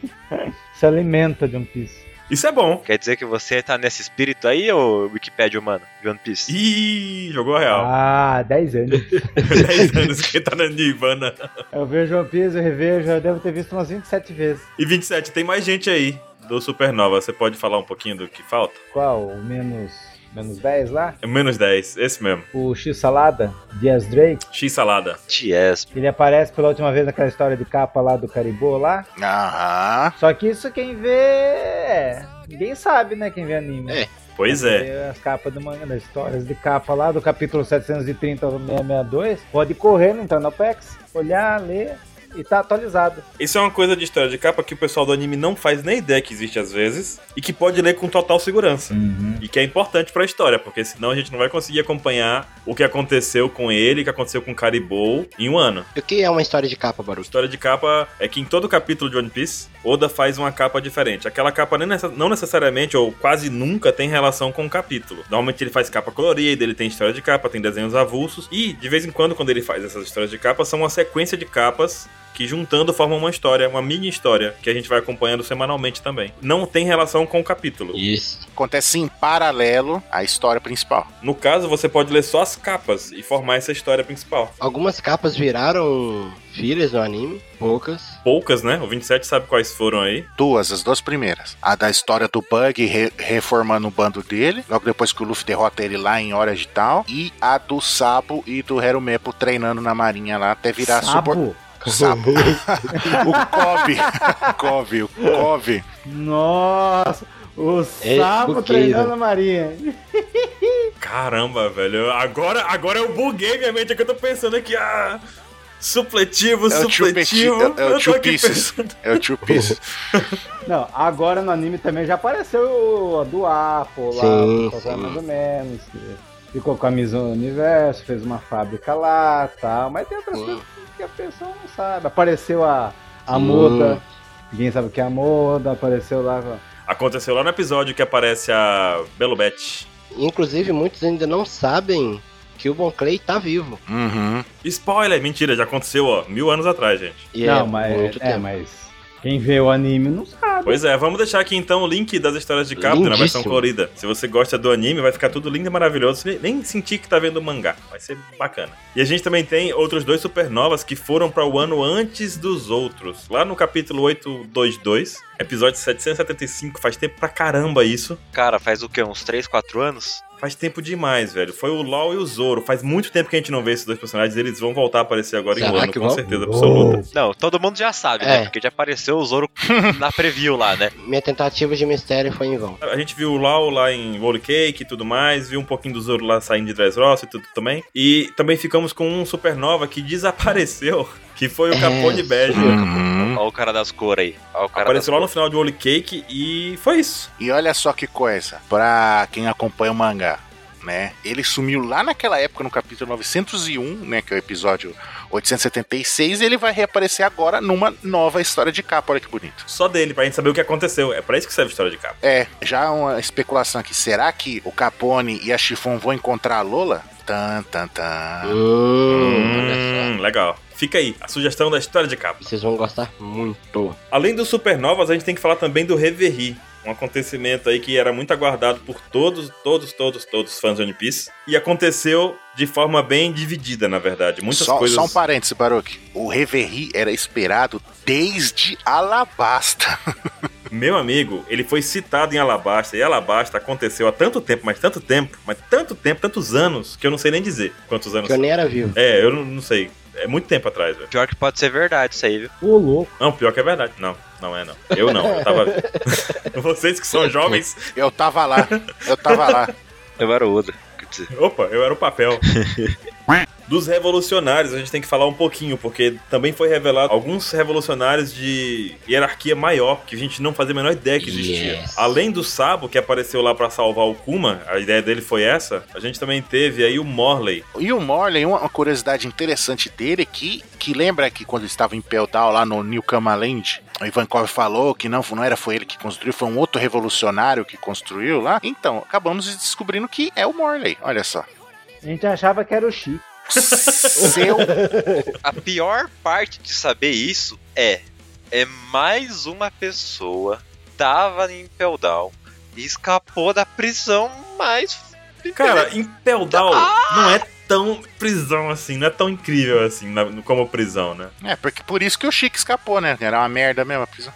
Speaker 5: Se alimenta de um piso.
Speaker 1: Isso é bom.
Speaker 4: Quer dizer que você tá nesse espírito aí, ô Wikipedia humano, de One Piece?
Speaker 1: Ih, jogou a (laughs) real.
Speaker 5: Ah, 10 anos.
Speaker 1: 10 anos que tá na Nirvana.
Speaker 5: Eu vejo One Piece, eu revejo, eu devo ter visto umas 27 vezes.
Speaker 1: E 27, tem mais gente aí do Supernova. Você pode falar um pouquinho do que falta?
Speaker 5: Qual? O menos, menos 10 lá?
Speaker 1: É menos 10, esse mesmo.
Speaker 5: O X Salada, Dias Drake.
Speaker 1: X salada.
Speaker 4: Yes.
Speaker 5: Ele aparece pela última vez naquela história de capa lá do Caribou lá.
Speaker 3: Aham.
Speaker 5: Só que isso quem vê. é, Ninguém sabe, né? Quem vê anime.
Speaker 2: É.
Speaker 1: Pois é.
Speaker 5: Vê As capas do manga, das histórias de capa lá do capítulo 730 ao 662. Pode correr correndo, entrar no Apex, olhar, ler e tá atualizado.
Speaker 1: Isso é uma coisa de história de capa que o pessoal do anime não faz nem ideia que existe às vezes e que pode ler com total segurança. E que é importante pra história, porque senão a gente não vai conseguir acompanhar o que aconteceu com ele, o que aconteceu com o Caribou em um ano.
Speaker 2: O que é uma história de capa, Baruch?
Speaker 1: História de capa é que em todo capítulo de One Piece, Oda faz uma capa diferente. Aquela capa nem necess- não necessariamente ou quase nunca tem relação com o capítulo. Normalmente ele faz capa colorida, ele tem história de capa, tem desenhos avulsos. E de vez em quando, quando ele faz essas histórias de capa, são uma sequência de capas que juntando formam uma história, uma mini história, que a gente vai acompanhando semanalmente também. Não tem relação com o capítulo.
Speaker 2: Isso.
Speaker 3: Acontece em paralelo à história principal.
Speaker 1: No caso, você pode ler só as capas e formar essa história principal.
Speaker 2: Algumas capas viraram fillers no anime, poucas.
Speaker 1: Poucas, né? O 27 sabe quais foram aí.
Speaker 3: Duas, as duas primeiras. A da história do Bug re- reformando o bando dele, logo depois que o Luffy derrota ele lá em Hora de Tal. E a do Sabo e do Herumepo treinando na marinha lá até virar
Speaker 5: (laughs)
Speaker 3: supor...
Speaker 5: Sabo.
Speaker 3: Sabo. o Kobe. (laughs) Kobe, o Kobe.
Speaker 5: Nossa, o
Speaker 2: É
Speaker 5: Sabo
Speaker 2: coqueiro.
Speaker 5: treinando a Marinha.
Speaker 1: Caramba, velho. Agora, agora eu buguei minha mente. É que eu tô pensando aqui. Ah, supletivo,
Speaker 3: É o Tio Petit.
Speaker 1: supletivo.
Speaker 3: É, é o
Speaker 1: eu tô
Speaker 3: Tio
Speaker 1: aqui
Speaker 3: Pieces.
Speaker 1: pensando.
Speaker 3: É o Tio Pieces.
Speaker 5: Não, agora no anime também já apareceu o- a do Apple lá,
Speaker 2: Sim,
Speaker 5: pra usar
Speaker 2: sim.
Speaker 5: mais ou menos. que Ficou com a Mizuno Universo, fez uma fábrica lá tal, mas tem outras
Speaker 2: Sim.
Speaker 5: coisas que a pessoa não sabe. Apareceu a, a
Speaker 2: Sim.
Speaker 5: Moda, ninguém sabe o que é a Moda, apareceu lá.
Speaker 1: Aconteceu lá no episódio que aparece a Belo Bet.
Speaker 2: Inclusive, muitos ainda não sabem que o Bon Clay tá vivo.
Speaker 3: Uhum.
Speaker 1: Spoiler, mentira, já aconteceu, ó, mil anos atrás, gente.
Speaker 2: E
Speaker 5: não,
Speaker 2: é
Speaker 5: mas,
Speaker 2: muito
Speaker 5: é,
Speaker 2: tempo.
Speaker 5: mas quem vê o anime não sabe.
Speaker 1: Pois é, vamos deixar aqui então o link das histórias de capa na versão
Speaker 2: Lindíssimo.
Speaker 1: colorida. Se você gosta do anime, vai ficar tudo lindo e maravilhoso. Você nem sentir que tá vendo o mangá. Vai ser bacana. E a gente também tem outros dois supernovas que foram para o ano antes dos outros. Lá no capítulo 822, episódio 775, faz tempo pra caramba isso.
Speaker 4: Cara, faz o quê? Uns 3, 4 anos?
Speaker 1: Faz tempo demais, velho. Foi o LOL e o Zoro. Faz muito tempo que a gente não vê esses dois personagens. Eles vão voltar a aparecer agora em
Speaker 2: Será
Speaker 1: um ano,
Speaker 2: que
Speaker 1: com
Speaker 2: vão?
Speaker 1: certeza absoluta.
Speaker 4: Não, todo mundo já sabe, né?
Speaker 2: É.
Speaker 4: Porque já apareceu o (laughs) Zoro na preview lá, né?
Speaker 2: Minha tentativa de mistério foi em vão.
Speaker 1: A gente viu o Lau lá em Roll Cake e tudo mais, viu um pouquinho do Zoro lá saindo de Dressrosa e tudo também. E também ficamos com um supernova que desapareceu, (laughs) que foi o
Speaker 2: É,
Speaker 1: Capone Bege.
Speaker 3: Uhum.
Speaker 4: Olha o cara das cores aí. Olha o cara
Speaker 1: Apareceu lá
Speaker 4: das
Speaker 1: no final de Roll Cake e foi isso.
Speaker 3: E olha só que coisa, pra quem acompanha o mangá, né? Ele sumiu lá naquela época, no capítulo 901, né? Que é o episódio 876, e ele vai reaparecer agora numa nova história de capa, olha que bonito.
Speaker 1: Só dele, pra gente saber o que aconteceu. É pra isso que serve a história de capa.
Speaker 3: É, já uma especulação aqui, será que o Capone e a Chifon vão encontrar a Lola? Tan, tan, tan.
Speaker 2: Hum, tá? olha
Speaker 1: Hum, legal.
Speaker 2: só.
Speaker 1: Fica aí a sugestão da história de capa.
Speaker 2: Vocês vão gostar muito.
Speaker 1: Além dos supernovas, a gente tem que falar também do Reverie, um acontecimento aí que era muito aguardado por todos, todos, todos, todos os fãs de One Piece. E aconteceu de forma bem dividida, na verdade. Muitas
Speaker 3: só,
Speaker 1: coisas.
Speaker 3: só um parênteses, Baruch. O Reverie era esperado desde Alabasta.
Speaker 1: Meu amigo, ele foi citado em Alabasta, e Alabasta aconteceu há tanto tempo, mas tanto tempo, mas tanto tempo, tantos anos, que eu não sei nem dizer quantos anos.
Speaker 2: Que eu nem era vivo.
Speaker 1: É, eu não, não sei. É muito tempo atrás, velho.
Speaker 4: Pior que pode ser verdade isso aí, viu?
Speaker 6: Ô, louco.
Speaker 1: Não, pior que é verdade. Não, não é não. Eu não, eu tava... (laughs) Vocês que são jovens...
Speaker 3: Eu tava lá, eu tava lá.
Speaker 4: Eu era o Oda. Quer dizer,
Speaker 1: Opa, eu era o
Speaker 2: (laughs)
Speaker 1: papel. Dos revolucionários, a gente tem que falar um pouquinho, porque também foi revelado alguns revolucionários de hierarquia maior, que a gente não fazia a menor ideia que existia.
Speaker 2: Yes.
Speaker 1: Além do Sabo, que apareceu lá pra salvar o Kuma, a ideia dele foi essa, a gente também teve aí o Morley.
Speaker 3: E o Morley, uma uma curiosidade interessante dele é que, que lembra que quando ele estava em Peldal lá no New Kamaland, o Ivankov falou que não, não era foi ele que construiu, foi um outro revolucionário que construiu lá. Então, acabamos descobrindo que é o Morley. Olha só.
Speaker 5: A gente achava que era o Chico.
Speaker 3: Seu
Speaker 4: a pior parte de saber isso é. É mais uma pessoa tava em Peldal e escapou da prisão mais.
Speaker 1: Cara, em Peldal
Speaker 2: Ah!
Speaker 1: não é tão prisão assim, não é tão incrível assim na- como prisão, né?
Speaker 3: É, porque por isso que o Chico escapou, né? Era uma merda mesmo a prisão.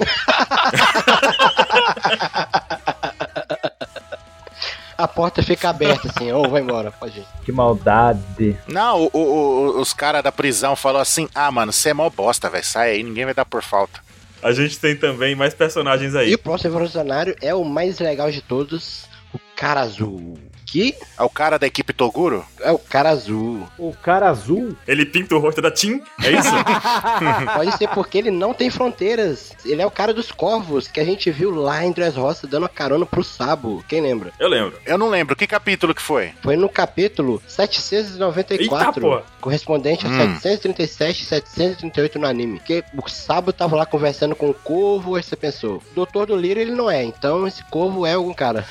Speaker 2: A porta fica aberta assim, ou vai embora, pode ir.
Speaker 6: Que maldade.
Speaker 3: Não, o- o- o- os caras da prisão falaram assim: ah, mano, você é mó bosta, velho, sai aí, ninguém vai dar por falta.
Speaker 1: A gente tem também mais personagens aí.
Speaker 2: E o próximo revolucionário é o mais legal de todos, o cara azul. Que
Speaker 3: É o cara da equipe Toguro?
Speaker 2: é o cara azul.
Speaker 6: O cara
Speaker 5: (laughs)
Speaker 6: azul.
Speaker 1: Ele pinta o rosto da Tim, é isso?
Speaker 2: (laughs) Pode ser porque ele não tem fronteiras. Ele é o cara dos corvos que a gente viu lá em Dress Roça dando a carona pro Sabo. Quem lembra?
Speaker 1: Eu lembro.
Speaker 3: Eu não lembro, que capítulo que foi?
Speaker 2: Foi no capítulo
Speaker 1: Eita,
Speaker 2: 794,
Speaker 1: porra.
Speaker 2: correspondente a
Speaker 3: Hum.
Speaker 2: 737 e 738 no anime. Que o Sabo tava lá conversando com o corvo, aí você pensou, doutor do Liro ele não é, então esse corvo é algum cara.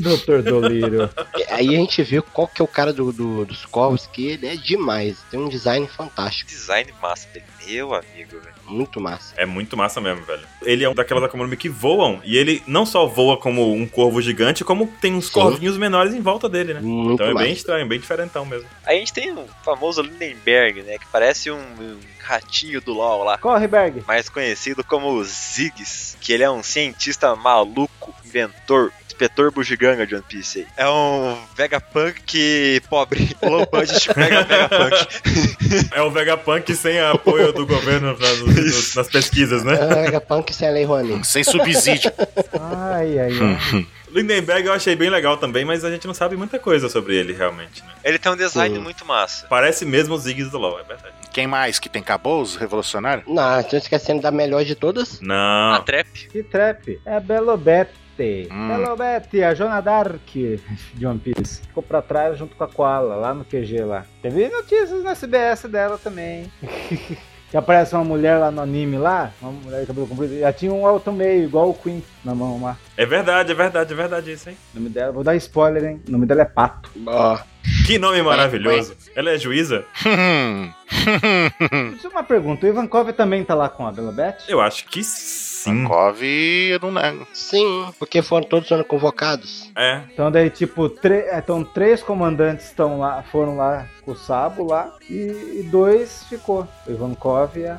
Speaker 6: Doutor Doliro.
Speaker 2: E Aí a gente viu qual que é o cara do, do- dos corvos, que ele é demais. Tem um design fantástico,
Speaker 4: Design massa dele. Meu amigo, velho.
Speaker 2: muito massa.
Speaker 1: É muito massa mesmo, velho. Ele é um daquelas Akumanomi que voam, e ele não só voa como um corvo gigante, como tem uns
Speaker 2: Sim.
Speaker 1: corvinhos menores em volta dele, né?
Speaker 2: Muito
Speaker 1: Então é
Speaker 2: massa.
Speaker 1: bem estranho, bem diferentão mesmo.
Speaker 4: A gente tem o famoso Lindenberg, né? Que parece um, um ratinho do LOL lá.
Speaker 5: Corre, Berg.
Speaker 4: mais conhecido como Ziggs, que ele é um cientista maluco, inventor, inspetor bugiganga de One Piece. aí. É um Vegapunk pobre, (laughs) low budget mega Vegapunk.
Speaker 1: É o Vegapunk sem apoio do governo
Speaker 2: (laughs)
Speaker 1: nas, nos- nas pesquisas, né?
Speaker 2: Ah, Punk sem a Lei Rouanet.
Speaker 3: Sem subsídio.
Speaker 5: Ai, ai, ai.
Speaker 1: Lindenberg eu achei bem legal também, mas a gente não sabe muita coisa sobre ele realmente, né?
Speaker 4: Ele tem um design
Speaker 2: Sim.
Speaker 4: muito massa.
Speaker 1: Parece mesmo o Ziggs do LoL, é verdade.
Speaker 3: Quem mais que tem cabouço revolucionário?
Speaker 2: Não, estão esquecendo da melhor de todas.
Speaker 4: A
Speaker 1: Não.
Speaker 4: trap,
Speaker 5: Que trap. É Belobete.
Speaker 3: Hum.
Speaker 5: Belobete, a Jona Dark de One Piece. Ficou pra trás junto com a Koala, lá no QG lá. Teve notícias na CBS dela também. (laughs) Que aparece uma mulher lá no anime lá, uma mulher de cabelo comprido, já tinha um alto meio, igual o Queen na mão lá.
Speaker 1: É verdade, é verdade, é verdade isso, hein?
Speaker 5: O nome dela, vou dar spoiler, hein? O nome dela é Pato.
Speaker 2: Ó,
Speaker 1: Que nome maravilhoso. Ela é juíza?
Speaker 3: Hum,
Speaker 5: Só é uma pergunta, o Ivankov também tá lá com a Belobete?
Speaker 1: Eu acho que sim.
Speaker 3: Cove, eu não nego.
Speaker 2: sim, porque foram todos sendo convocados.
Speaker 1: É,
Speaker 5: Então daí, tipo, tre- então, três comandantes estão lá, foram lá com o Sabo lá, e, e dois ficou. O Ivankov e a,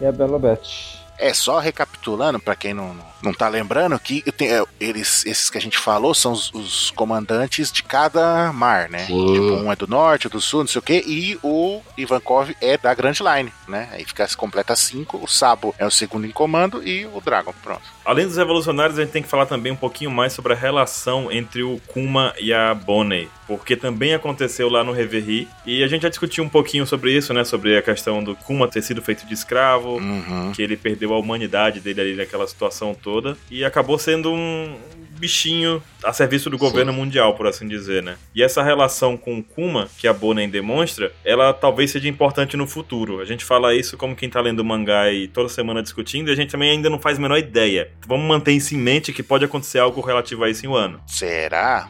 Speaker 5: e a Belobete.
Speaker 3: É só recapitulando, pra quem não, não, não tá lembrando, que tem- é, eles, esses que a gente falou são os, os comandantes de cada mar, né? Tipo,
Speaker 2: Sim.
Speaker 3: um é do norte, do sul, não sei o quê, e o Ivankov é da Grand Line, né? Aí fica completa cinco, o Sabo é o segundo em comando e o Dragon, pronto.
Speaker 1: Além dos revolucionários, a gente tem que falar também um pouquinho mais sobre a relação entre o Kuma e a Bonnie, porque também aconteceu lá no Reverie, e a gente já discutiu um pouquinho sobre isso, né, sobre a questão do Kuma ter sido feito de escravo,
Speaker 3: Uhum.
Speaker 1: que ele perdeu a humanidade dele ali naquela situação toda e acabou sendo um bichinho a serviço do governo mundial, por assim dizer, né? E essa relação com o Kuma, que a Bonen demonstra, ela talvez seja importante no futuro. A gente fala isso como quem tá lendo mangá e toda semana discutindo, e a gente também ainda não faz a menor ideia. Vamos manter isso em mente que pode acontecer algo relativo a isso em um ano.
Speaker 3: Será?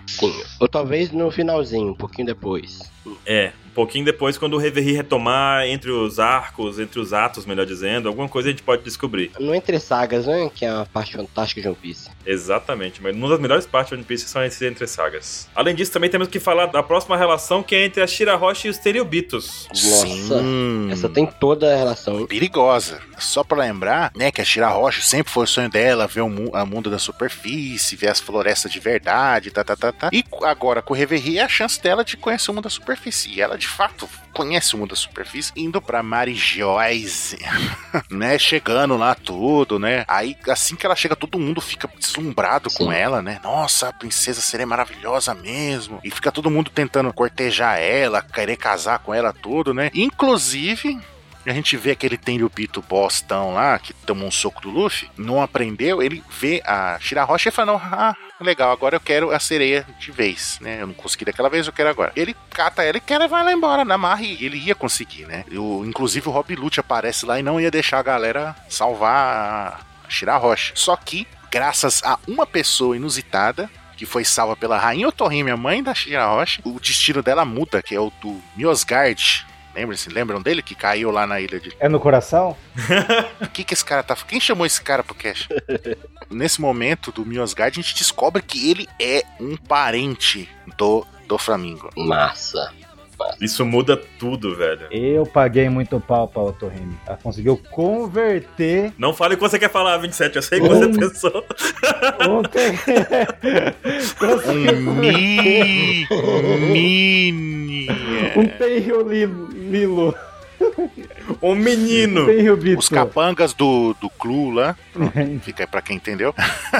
Speaker 2: Ou talvez no finalzinho, um pouquinho depois.
Speaker 1: É, pouquinho depois, quando o Reverie retomar entre os arcos, entre os atos, melhor dizendo, alguma coisa a gente pode descobrir.
Speaker 2: No Entre Sagas, né? Que é uma parte fantástica de One Piece.
Speaker 1: Exatamente, mas uma das melhores partes de One Piece são esses entre sagas. Além disso, também temos que falar da próxima relação que é entre a Shirahoshi e os Teriobitos.
Speaker 2: Nossa,
Speaker 3: Hum.
Speaker 2: Essa tem toda a relação, hein?
Speaker 3: É perigosa. Só pra lembrar, né, que a Shira Rocha sempre foi o sonho dela ver o mu a mundo da superfície, ver as florestas de verdade, tá, tá, tá, tá. E co- agora com o Reverie é a chance dela de conhecer o mundo da superfície. E ela, de fato, conhece o mundo da superfície, indo pra Marijoise, (laughs) né, chegando lá tudo, né. Aí, assim que ela chega, todo mundo fica deslumbrado com
Speaker 2: Sim.
Speaker 3: ela, né. Nossa, a princesa seria maravilhosa mesmo. E fica todo mundo tentando cortejar ela, querer casar com ela tudo, né. Inclusive, e a gente vê aquele Tenryubito bostão lá, que tomou um soco do Luffy, não aprendeu, ele vê a Shirahoshi e fala, não, ah, legal, agora eu quero a sereia de vez, né? Eu não consegui daquela vez, eu quero agora. Ele cata ela e quer levar ela embora, na marra, e ele ia conseguir, né? O, inclusive o Rob Lute aparece lá e não ia deixar a galera salvar a Shirahoshi. Só que, graças a uma pessoa inusitada, que foi salva pela Rainha Otohime, a mãe da Shirahoshi, o destino dela muda, que é o do Miosgard, Lembram-se, assim, lembram dele que caiu lá na ilha de.
Speaker 5: É no coração?
Speaker 3: O que que esse cara tá. Quem chamou esse cara pro cast? Nesse momento do Miosgard, a gente descobre que ele é um parente do, do Flamingo.
Speaker 2: Massa.
Speaker 1: Isso muda tudo, velho.
Speaker 5: Eu paguei muito pau pra Otorrime. Ela conseguiu converter
Speaker 1: Não fale o que você quer falar, 27, eu sei o que você pensou. (laughs)
Speaker 5: ontem.
Speaker 3: Um
Speaker 5: conseguiu
Speaker 3: mi. Mini.
Speaker 5: um Tenryu Lilo. Lilo.
Speaker 1: Um menino!
Speaker 5: Tenryu Bito.
Speaker 3: Os capangas do, do Clu lá. Fica aí pra quem entendeu.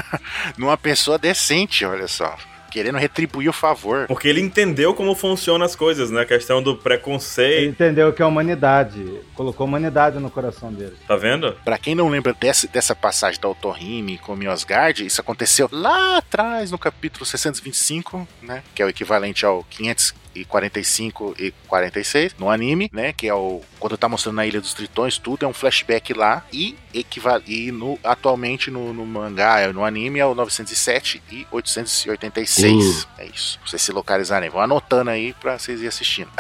Speaker 3: (laughs) Numa pessoa decente, olha só. Querendo retribuir o favor.
Speaker 1: Porque ele entendeu como funcionam as coisas, né? A questão do
Speaker 5: Ele
Speaker 1: preconceito,
Speaker 5: entendeu que é humanidade. Colocou humanidade no coração dele.
Speaker 1: tá vendo?
Speaker 3: Pra quem não lembra dessa, dessa passagem da Otorrime com o Miosgard, isso aconteceu lá atrás, no capítulo 625, né? Que é o equivalente ao 545 e 46 no anime, né? Que é o. Quando tá mostrando na Ilha dos Tritões, tudo é um flashback lá. E, equival, e no, atualmente no, no mangá, no anime, é o 907 e 886. É isso. Pra vocês se localizarem. Vão anotando aí pra vocês irem assistindo.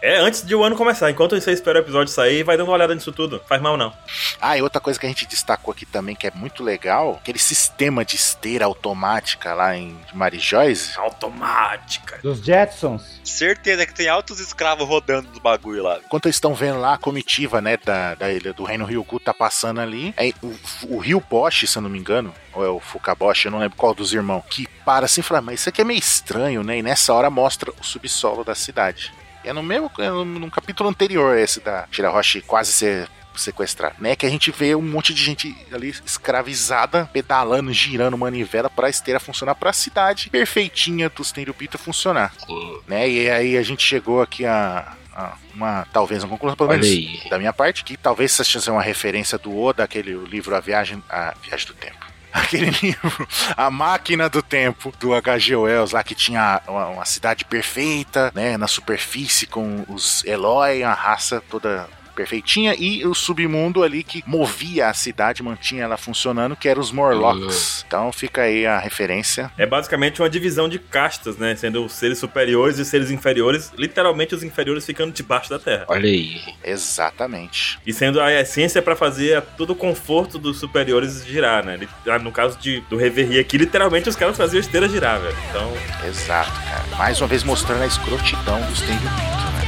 Speaker 1: É, antes de o ano começar, enquanto você espera o episódio sair, vai dando uma olhada nisso tudo. Faz mal não.
Speaker 3: Ah, e outra coisa que a gente destacou aqui também, que é muito legal, aquele sistema de esteira automática lá em Marijóis.
Speaker 1: Automática.
Speaker 5: Dos Jetsons.
Speaker 4: Certeza que tem altos escravos rodando do bagulho lá.
Speaker 3: Enquanto eles estão vendo lá a comitiva, né, da, da ilha do Reino Ryugu tá passando ali, aí o, o Rio Bosch, se eu não me engano, ou é o Fukaboshi, eu não lembro qual dos irmãos, que para assim e fala, mas isso aqui é meio estranho, né? E nessa hora mostra o subsolo da cidade. É no mesmo, é no, no capítulo anterior esse da Shirahoshi quase ser sequestrar, né? Que a gente vê um monte de gente ali escravizada, pedalando, girando manivela pra esteira funcionar, pra cidade perfeitinha dos Tenryubito funcionar,
Speaker 2: Sim.
Speaker 3: né? E aí a gente chegou aqui a, a uma, talvez, uma conclusão, pelo
Speaker 2: Olha
Speaker 3: menos
Speaker 2: aí.
Speaker 3: da minha parte, que talvez essa seja uma referência do Oda, aquele livro A Viagem, a Viagem do Tempo. (laughs) Aquele livro, A Máquina do Tempo, do H.G. Wells, lá que tinha uma, uma cidade perfeita, né, na superfície com os Eloy, a raça toda perfeitinha, e o submundo ali que movia a cidade, mantinha ela funcionando, que eram os Morlocks. Então fica aí a referência.
Speaker 1: É basicamente uma divisão de castas, né? Sendo os seres superiores e os seres inferiores, literalmente os inferiores ficando debaixo da terra.
Speaker 2: Olha aí.
Speaker 3: Exatamente.
Speaker 1: E sendo a essência pra fazer todo o conforto dos superiores girar, né? Ele- ah, No caso de, do Reverie aqui, literalmente os caras faziam a esteira girar, velho. Então,
Speaker 3: Exato, cara. Mais uma vez mostrando a escrotidão dos Tenryubito, né?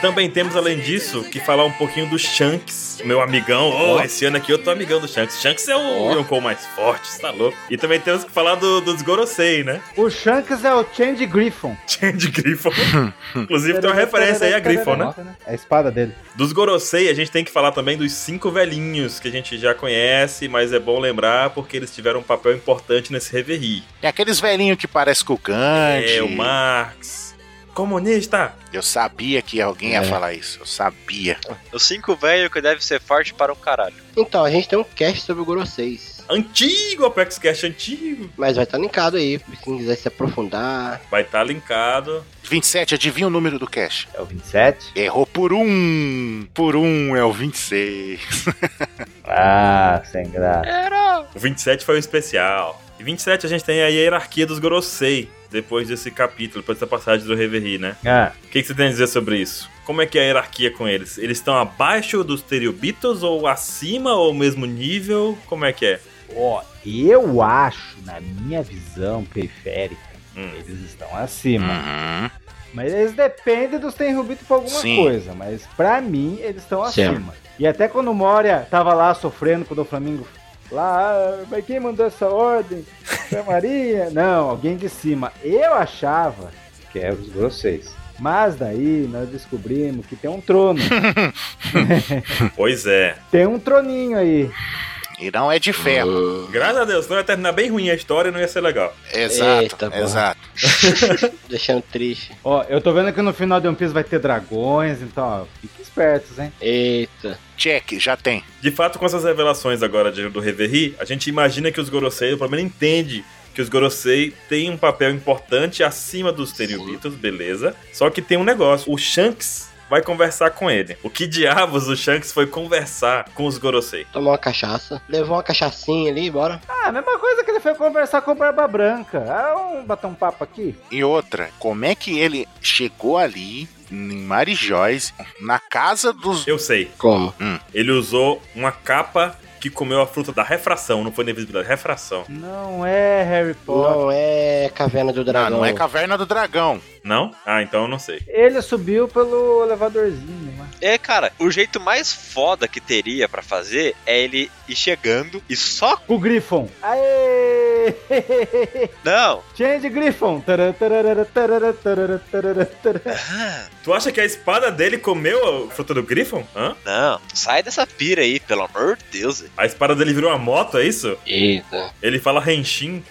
Speaker 1: também temos, além disso, que falar um pouquinho do Shanks, meu amigão. Oh, esse ano aqui eu tô amigão do Shanks. Shanks é o Yonkou mais forte, você tá louco. E também temos que falar do, dos Gorosei, né? (laughs)
Speaker 5: O Shanks é o Change Griffon.
Speaker 1: de Griffon. Inclusive tem uma referência aí a Griffon, né?
Speaker 5: É a espada dele.
Speaker 1: Dos Gorosei, a gente tem que falar também dos cinco velhinhos que a gente já conhece, mas é bom lembrar porque eles tiveram um papel
Speaker 3: É
Speaker 1: importante nesse Reverie.
Speaker 3: Tem aqueles velhinhos que parecem com o Gandhi.
Speaker 1: É, o É, Marx, Comunista!
Speaker 3: Eu sabia que alguém ia
Speaker 2: É.
Speaker 3: falar isso. Eu sabia.
Speaker 4: Os cinco velho que deve ser forte para um caralho.
Speaker 2: Então, a gente tem um cast sobre o Goro 6.
Speaker 1: Antigo Apex Cash, antigo.
Speaker 2: Mas vai estar linkado aí, pra quem quiser se aprofundar.
Speaker 1: Vai estar linkado.
Speaker 3: 27, adivinha o número do cash?
Speaker 5: É o 27?
Speaker 3: Errou por um. Por um é o 26.
Speaker 5: Ah, sem graça.
Speaker 1: O 27 foi o especial. E 27 a gente tem a hierarquia dos Gorosei, depois desse capítulo, depois dessa passagem do Reverie, né?
Speaker 5: Ah,
Speaker 1: O que, que você tem a dizer sobre isso? Como é que é a hierarquia com eles? Eles estão abaixo dos Teriubitos ou acima ou ao mesmo nível? Como é que é?
Speaker 5: ó, eu acho, na minha visão periférica,
Speaker 1: Hum.
Speaker 5: eles estão acima.
Speaker 3: Uhum.
Speaker 5: Mas eles dependem dos Tenrubito por alguma
Speaker 3: Sim.
Speaker 5: coisa. Mas pra mim, eles estão
Speaker 2: Certo.
Speaker 5: acima. E até quando o Moria tava lá sofrendo quando o Flamengo. Lá, "Ah, mas quem mandou essa ordem? Foi a Maria? (laughs) Não, alguém de cima. Eu achava que eram os grosseis. Mas daí nós descobrimos que tem um trono.
Speaker 1: Pois é.
Speaker 5: tem um troninho aí.
Speaker 3: E não é de ferro.
Speaker 2: Hum.
Speaker 1: Graças a Deus, não ia terminar bem ruim a história e não ia ser legal.
Speaker 3: Exato,
Speaker 2: Eita, porra.
Speaker 3: exato.
Speaker 2: Deixando triste.
Speaker 5: Ó, eu tô vendo que no final de One Piece vai ter dragões, então, ó, fiquem espertos, hein?
Speaker 2: Eita.
Speaker 3: Check, já tem.
Speaker 1: De fato, com essas revelações agora de- do Reverie, a gente imagina que os Gorosei, pelo menos entende que os Gorosei têm um papel importante acima dos Teriubitos, beleza. Só que tem um negócio, o Shanks vai conversar com ele. O que diabos o Shanks foi conversar com os Gorosei?
Speaker 2: Tomar uma cachaça. Levou uma cachaçinha ali, bora.
Speaker 5: Ah, a mesma coisa que ele foi conversar com o Barba Branca. Ah, vamos bater um papo aqui?
Speaker 3: E outra, como é que ele chegou ali, em Marijóis, na casa dos.
Speaker 1: Eu sei,
Speaker 2: Como?
Speaker 1: ele usou uma capa que comeu a fruta da refração, não foi nem visibilidade, refração.
Speaker 5: Não é Harry Potter.
Speaker 2: Não é Caverna do
Speaker 3: Não,
Speaker 2: Dragão.
Speaker 3: não é Caverna do Dragão.
Speaker 1: Não? Ah, então eu não sei.
Speaker 5: Ele subiu pelo elevadorzinho, né?
Speaker 4: É, cara, o jeito mais foda que teria pra fazer é ele ir chegando e só.
Speaker 5: O Griffon. Aê! (laughs)
Speaker 4: Não!
Speaker 5: Change Griffon. Tará, tararara, tarara, tarara, tarara, tarara.
Speaker 1: Tu acha que a espada dele comeu a fruta do Griffon? Hã?
Speaker 4: Não, sai dessa pira aí, pelo amor de Deus. velho.
Speaker 1: A espada dele virou uma moto, é isso?
Speaker 2: Eita.
Speaker 1: Ele fala Henshin.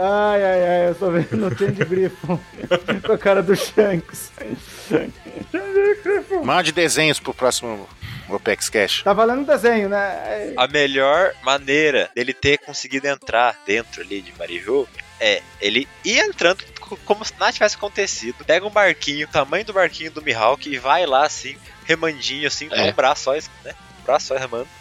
Speaker 5: Ai, ai, ai, eu tô vendo o Change Griffon (laughs) com a cara do Shanks.
Speaker 3: Mande desenhos pro próximo Opex Cash.
Speaker 5: Tá valendo desenho, né?
Speaker 4: A melhor maneira dele ter conseguido entrar dentro ali de Marijô é ele ir entrando co- como se nada tivesse acontecido. Pega um barquinho, o tamanho do barquinho do Mihawk, e vai lá assim, remandinho, assim, com
Speaker 2: É.
Speaker 4: um braço só, né? Um braço só remando. (laughs)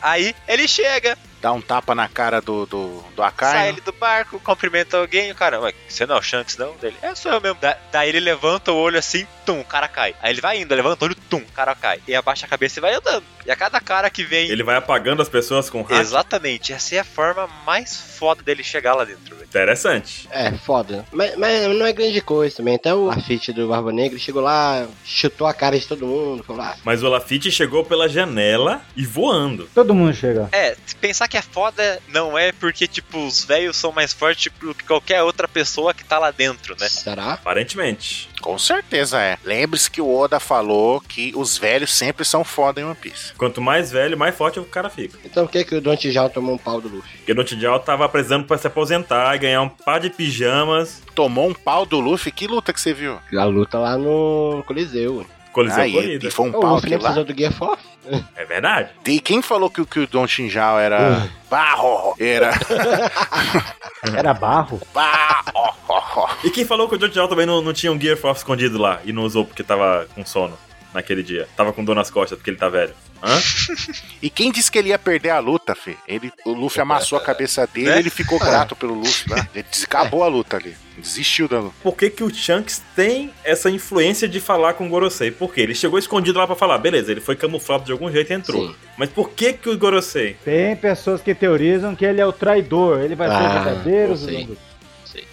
Speaker 4: Aí ele chega,
Speaker 3: Dá um tapa na cara do, do, do
Speaker 4: sai
Speaker 3: Akainu.
Speaker 4: ele do barco, cumprimenta alguém, o cara, "Ué, você não é o Shanks não? Dele, é sou eu mesmo. Da- daí ele levanta o olho assim, tum, o cara cai. Aí ele vai indo, levanta o olho, tum, o cara cai. E abaixa a cabeça e vai andando. E a cada cara que vem
Speaker 1: Ele vai apagando as pessoas com hack.
Speaker 4: Exatamente, essa é a forma mais foda dele chegar lá dentro, velho.
Speaker 1: Interessante.
Speaker 2: É, foda. Mas, mas não é grande coisa também. Até o Lafite do Barba Negra chegou lá, chutou a cara de todo mundo, falou "Ah, lá.
Speaker 1: Mas o Lafitte chegou pela janela e voando.
Speaker 5: Todo mundo chega.
Speaker 4: É, se pensar que é foda não é porque, tipo, os velhos são mais fortes do que qualquer outra pessoa que tá lá dentro, né?
Speaker 2: Será?
Speaker 1: Aparentemente.
Speaker 3: Com certeza é. Lembre-se que o Oda falou que os velhos sempre são foda em One Piece.
Speaker 1: Quanto mais velho, mais forte o cara fica.
Speaker 2: Então por que, que o Don Tijal tomou um pau do Luffy?
Speaker 1: Porque no Tidjal tava precisando pra se aposentar e ganhar um par de pijamas.
Speaker 3: Tomou um pau do Luffy, que luta que você viu?
Speaker 2: A luta lá no Coliseu.
Speaker 1: Coliseu
Speaker 3: Aí,
Speaker 1: é, corrida.
Speaker 3: e foi um
Speaker 2: O
Speaker 3: pau
Speaker 2: Luffy
Speaker 3: que
Speaker 2: nem
Speaker 3: lá.
Speaker 2: precisou do Guia Fof.
Speaker 1: É verdade.
Speaker 3: E quem falou que, o- que o Don Chinjal era barro? Era
Speaker 5: (laughs) Era barro?
Speaker 3: barro.
Speaker 1: E quem falou que o Tidjal também não, não tinha um Gear Force escondido lá e não usou porque tava com sono naquele dia. Tava com dor nas costas porque ele tá velho. Hã?
Speaker 3: E quem disse que ele ia perder a luta, Fê? Ele, o Luffy amassou a cabeça dele
Speaker 4: Né?
Speaker 3: e ele ficou grato pelo Luffy lá. Ele des- acabou a luta ali. Desistiu da luta.
Speaker 1: Por que, que o Shanks tem essa influência de falar com o Gorosei? Porque ele chegou escondido lá pra falar, beleza, ele foi camuflado de algum jeito e entrou.
Speaker 2: Sim.
Speaker 1: Mas por que que o Gorosei
Speaker 5: Tem pessoas que teorizam que ele é o traidor. Ele vai ser
Speaker 2: Ah,
Speaker 5: o verdadeiro.
Speaker 2: eu sei.
Speaker 5: Zuzu.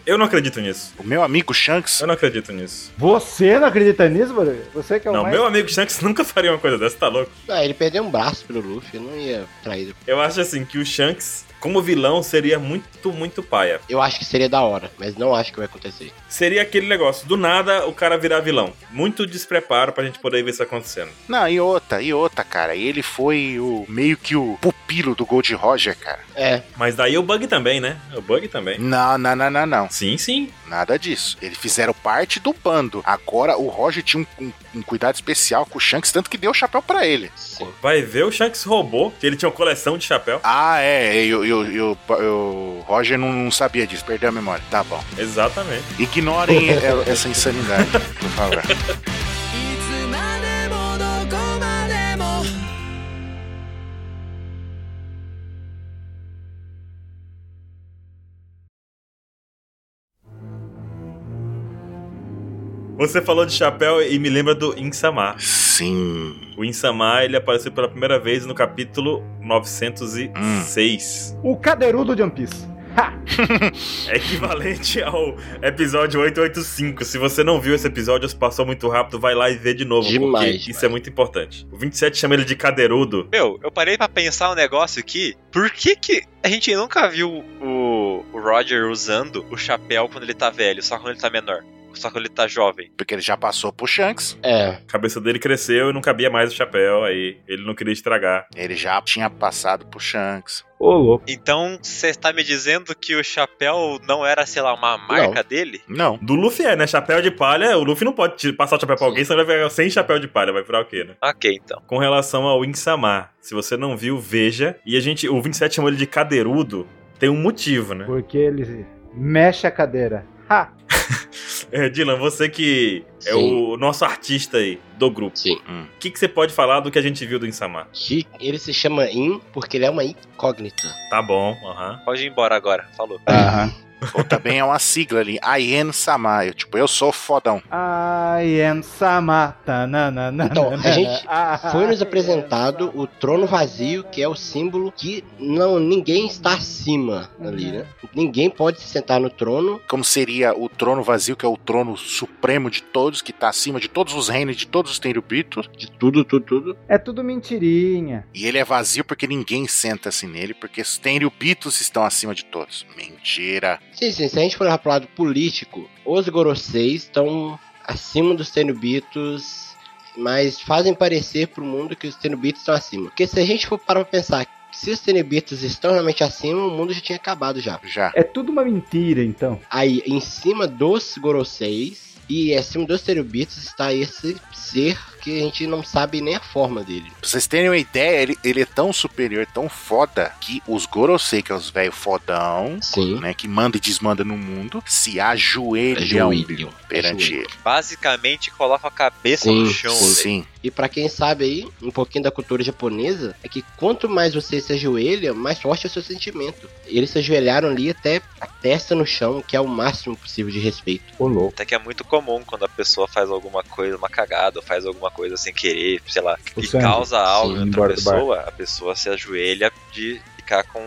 Speaker 1: Eu não acredito nisso.
Speaker 3: O meu amigo Shanks,
Speaker 1: Eu não acredito nisso.
Speaker 5: Você não acredita nisso, brother? Você que é o
Speaker 1: Não,
Speaker 5: mais...
Speaker 1: meu amigo Shanks (laughs) nunca faria uma coisa dessa, tá louco?
Speaker 2: Ah, ele perdeu um braço pelo Luffy, não ia trair.
Speaker 1: Eu acho assim que o Shanks, como vilão, seria muito, muito paia.
Speaker 2: Eu acho que seria da hora, mas não acho que vai acontecer.
Speaker 1: Seria aquele negócio, do nada o cara virar vilão. Muito despreparo pra gente poder ver isso acontecendo.
Speaker 3: Não, e outra, e outra, cara. E ele foi o meio que o pupilo do Gold Roger, cara.
Speaker 2: É,
Speaker 1: Mas daí o Bug também, né? O Bug também.
Speaker 3: Não, não, não, não, não.
Speaker 1: Sim, sim.
Speaker 3: Nada disso. Eles fizeram parte do bando. Agora o Roger tinha um, um- um cuidado especial com o Shanks, tanto que deu o chapéu pra ele.
Speaker 2: Sim.
Speaker 1: Vai ver o Shanks roubou, que ele tinha uma coleção de chapéu.
Speaker 3: Ah, é. E o- e o- e o e o Roger não, não sabia disso. Perdeu a memória. Tá bom.
Speaker 1: Exatamente.
Speaker 3: Ignorem e- essa insanidade, por favor.
Speaker 7: つまでもどこまでも
Speaker 1: Você falou de chapéu e me lembra do Insamar.
Speaker 3: Sim.
Speaker 1: O Insamar, ele apareceu pela primeira vez no capítulo 906.
Speaker 5: O cadeirudo de One Piece.
Speaker 1: É (laughs) equivalente ao episódio 885. Se você não viu esse episódio, se passou muito rápido, vai lá e vê de novo.
Speaker 2: Demais,
Speaker 1: porque
Speaker 2: demais.
Speaker 1: isso é muito importante. O 27 chama ele de cadeirudo.
Speaker 4: Meu, eu parei pra pensar um negócio aqui. Por que que a gente nunca viu o, o Roger usando o chapéu quando ele tá velho, só quando ele tá menor? Só quando ele tá jovem.
Speaker 3: Porque ele já passou pro Shanks.
Speaker 2: É,
Speaker 1: A cabeça dele cresceu e não cabia mais o chapéu, aí ele não queria estragar.
Speaker 3: Ele já tinha passado pro Shanks.
Speaker 6: Ô, louco.
Speaker 4: Então, você tá me dizendo que o chapéu não era, sei lá, uma marca dele?
Speaker 3: Não.
Speaker 1: Do Luffy é, né? Chapéu de palha, o Luffy não pode te- passar o chapéu pra alguém, senão ele vai ficar sem chapéu de palha, vai virar o quê, né?
Speaker 4: Ok, então.
Speaker 1: com relação ao Insamar. Se você não viu, veja. E a gente, o 27 chamou ele de cadeirudo. Tem um motivo, né?
Speaker 5: Porque ele mexe a cadeira. Ha!
Speaker 1: É, Dylan, você que é
Speaker 2: Sim.
Speaker 1: o nosso artista aí do grupo.
Speaker 2: Sim.
Speaker 1: Hum. O que, que você pode falar do que a gente viu do Insamar?
Speaker 2: que ele se chama In porque ele é uma incógnita.
Speaker 1: Tá bom, aham.
Speaker 4: Pode ir embora agora. Falou.
Speaker 3: Ou também é uma sigla ali. Aien Sama. Eu, tipo, eu sou fodão.
Speaker 5: I am Sama. Tananana.
Speaker 2: Então, a gente
Speaker 5: Ah,
Speaker 2: Foi
Speaker 5: (laughs)
Speaker 2: nos
Speaker 5: I am
Speaker 2: apresentado o trono vazio, que é o símbolo que não ninguém está acima ali, né? Ninguém pode se sentar no trono.
Speaker 3: Como seria o trono vazio, que é o trono supremo de todos, que tá acima de todos os reinos, de todos os tenryubitos.
Speaker 2: De tudo, tudo, tudo.
Speaker 5: É tudo mentirinha.
Speaker 3: E ele é vazio porque ninguém senta-se nele, porque os tenryubitos estão acima de todos. Mentira.
Speaker 2: Sim, sim, se a gente for olhar pro lado político, os Goroseis estão acima dos Tenubitos, mas fazem parecer pro mundo que os Tenubitos estão acima. Porque se a gente for parar pra pensar que se os Tenubitos estão realmente acima, o mundo já tinha acabado já.
Speaker 3: Já.
Speaker 6: É tudo uma mentira, então.
Speaker 2: Aí, em cima dos Goroseis e acima dos Terubitos está esse ser que a gente não sabe nem a forma dele.
Speaker 3: Pra vocês terem uma ideia, ele, ele é tão superior, tão foda, que os Gorosei, que é os velhos fodão,
Speaker 2: Sim.
Speaker 3: né, que manda e desmanda no mundo, se
Speaker 2: É
Speaker 3: ajoelham perante ele.
Speaker 4: Basicamente, coloca a cabeça
Speaker 2: Sim,
Speaker 4: no chão.
Speaker 2: sim.
Speaker 4: velho.
Speaker 3: Sim.
Speaker 2: E pra quem sabe aí, um pouquinho da cultura japonesa, é que quanto mais você se ajoelha, mais forte é o seu sentimento. Eles se ajoelharam ali até a testa no chão, que é o máximo possível de respeito.
Speaker 6: Ô, louco.
Speaker 4: Até que é muito comum quando a pessoa faz alguma coisa, uma cagada, ou faz alguma coisa sem querer, sei lá,
Speaker 6: O
Speaker 4: e
Speaker 6: Tipo sangue.
Speaker 4: causa algo
Speaker 2: Sim,
Speaker 4: em outra
Speaker 6: embora do bar.
Speaker 4: pessoa, a pessoa se ajoelha de ficar com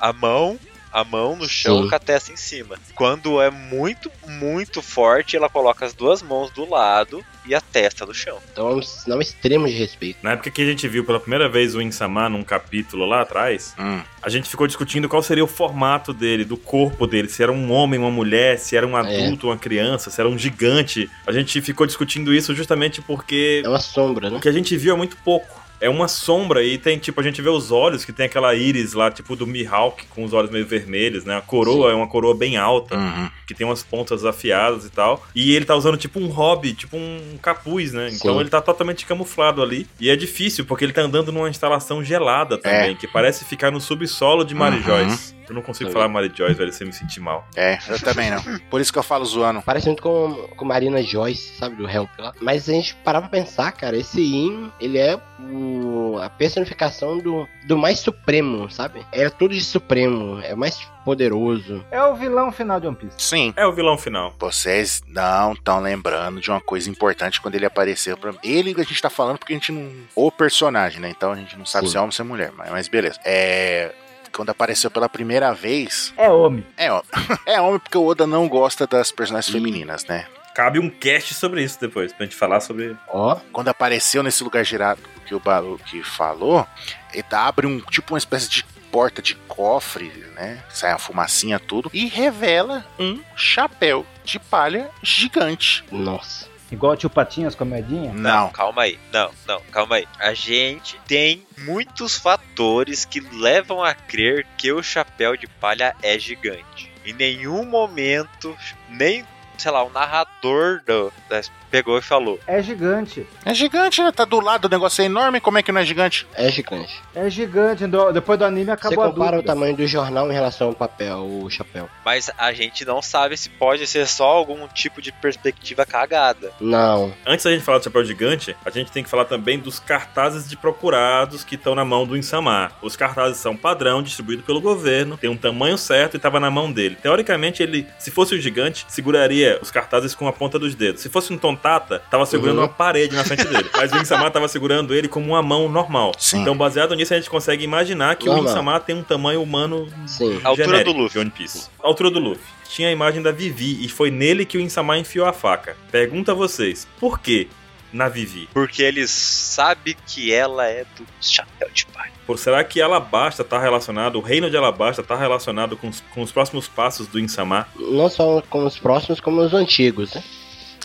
Speaker 4: a mão, a mão no chão
Speaker 2: Sim.
Speaker 4: com a testa em cima. Quando é muito, muito forte, ela coloca as duas mãos do lado e a testa no chão.
Speaker 2: Então é um sinal extremo de respeito.
Speaker 1: Na época que a gente viu pela primeira vez o Insamar num capítulo lá atrás,
Speaker 3: Hum.
Speaker 1: a gente ficou discutindo qual seria o formato dele, do corpo dele, se era um homem, uma mulher, se era um adulto, uma criança, se era um gigante. A gente ficou discutindo isso justamente porque
Speaker 2: É uma sombra, né?
Speaker 1: O que a gente viu é muito pouco. É uma sombra e tem, tipo, a gente vê os olhos, que tem aquela íris lá, tipo do Mihawk, com os olhos meio vermelhos, né? A coroa é uma coroa bem alta,
Speaker 3: Uhum.
Speaker 1: que tem umas pontas afiadas e tal. E ele tá usando, tipo, um hobby, tipo um capuz, né? Então
Speaker 2: Sim.
Speaker 1: ele tá totalmente camuflado ali. E é difícil, porque ele tá andando numa instalação gelada também, que parece ficar no subsolo de Marijóis. Eu não consigo
Speaker 2: Sim.
Speaker 1: falar Marijóis, velho, se eu me sentir mal.
Speaker 3: É, eu também não. Por isso que eu falo zoando.
Speaker 2: Parece muito com, com Marina Joyce, sabe, do Help lá. Mas se a gente parar pra pensar, cara, esse Yin, ele é o- a personificação do, do mais supremo, sabe? É tudo de supremo, é o mais poderoso.
Speaker 5: É o vilão final de One Piece.
Speaker 3: Sim.
Speaker 1: É o vilão final.
Speaker 3: Vocês não estão lembrando de uma coisa importante quando ele apareceu pra mim. Ele a gente tá falando porque a gente não. O personagem, né? Então a gente não sabe
Speaker 2: Sim.
Speaker 3: se é homem ou se é mulher, mas, mas beleza. É. Quando apareceu pela primeira vez.
Speaker 6: É homem.
Speaker 3: É homem. (laughs) é homem porque o Oda não gosta das personagens femininas, né?
Speaker 1: Cabe um cast sobre isso depois, pra gente falar sobre
Speaker 2: Ó,
Speaker 3: Quando apareceu nesse lugar girado que o Balu que falou, ele abre um tipo uma espécie de porta de cofre, né? Sai uma fumacinha tudo. E revela um chapéu de palha gigante.
Speaker 2: Tá. nossa.
Speaker 6: Igual o tio Patinhas com a moedinha.
Speaker 3: Não.
Speaker 4: Calma aí, não, não, calma aí. A gente tem muitos fatores que levam a crer que o chapéu de palha é gigante. Em nenhum momento, nem, sei lá, o narrador do- da- pegou e falou.
Speaker 5: É gigante.
Speaker 3: É gigante, né? Tá do lado, o negócio é enorme, como é que não é gigante?
Speaker 2: É gigante.
Speaker 5: É gigante. Do- depois do anime acabou
Speaker 2: Você
Speaker 5: a
Speaker 2: compara
Speaker 5: dúvida.
Speaker 2: o tamanho do jornal em relação ao papel, o chapéu.
Speaker 4: Mas a gente não sabe se pode ser só algum tipo de perspectiva cagada.
Speaker 2: Não.
Speaker 1: Antes da gente falar do Chapéu Gigante, a gente tem que falar também dos cartazes de procurados que estão na mão do Insamar. Os cartazes são padrão, distribuído pelo governo, tem um tamanho certo e estava na mão dele. Teoricamente, ele, se fosse o gigante, seguraria os cartazes com a ponta dos dedos. Se fosse um tontata, tava segurando
Speaker 2: Uhum.
Speaker 1: uma parede na frente dele. Mas o Insamar tava segurando ele como uma mão normal.
Speaker 3: Sim.
Speaker 1: Então, baseado nisso, a gente consegue imaginar que o
Speaker 2: Normal.
Speaker 1: Insamar tem um tamanho humano
Speaker 5: Hum.
Speaker 2: Sim.
Speaker 4: A altura
Speaker 1: genérico
Speaker 4: do Luffy.
Speaker 1: de One Piece. A altura do Luffy. Tinha a imagem da Vivi e foi nele que o Insama enfiou a faca. Pergunta a vocês, por que na Vivi?
Speaker 4: Porque ele sabe que ela é do chapéu de palha.
Speaker 1: Por será que Alabasta tá relacionado, o reino de Alabasta tá relacionado com os, com os próximos passos do Insama?
Speaker 2: Não só com os próximos, como os antigos, né?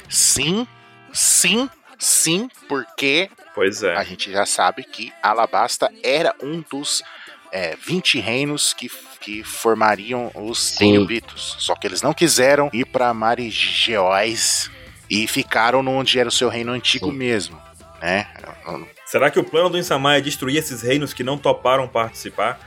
Speaker 3: Sim, sim, sim, porque
Speaker 1: Pois
Speaker 3: a
Speaker 1: é.
Speaker 3: gente já sabe que Alabasta era um dos é, 20 reinos que, que formariam os
Speaker 2: Sim.
Speaker 3: Tenubitos. Só que eles não quiseram ir para Marigeóis e ficaram onde era o seu reino antigo
Speaker 2: Sim.
Speaker 3: mesmo. Né?
Speaker 1: Será que o plano do Insama é destruir esses reinos que não toparam participar?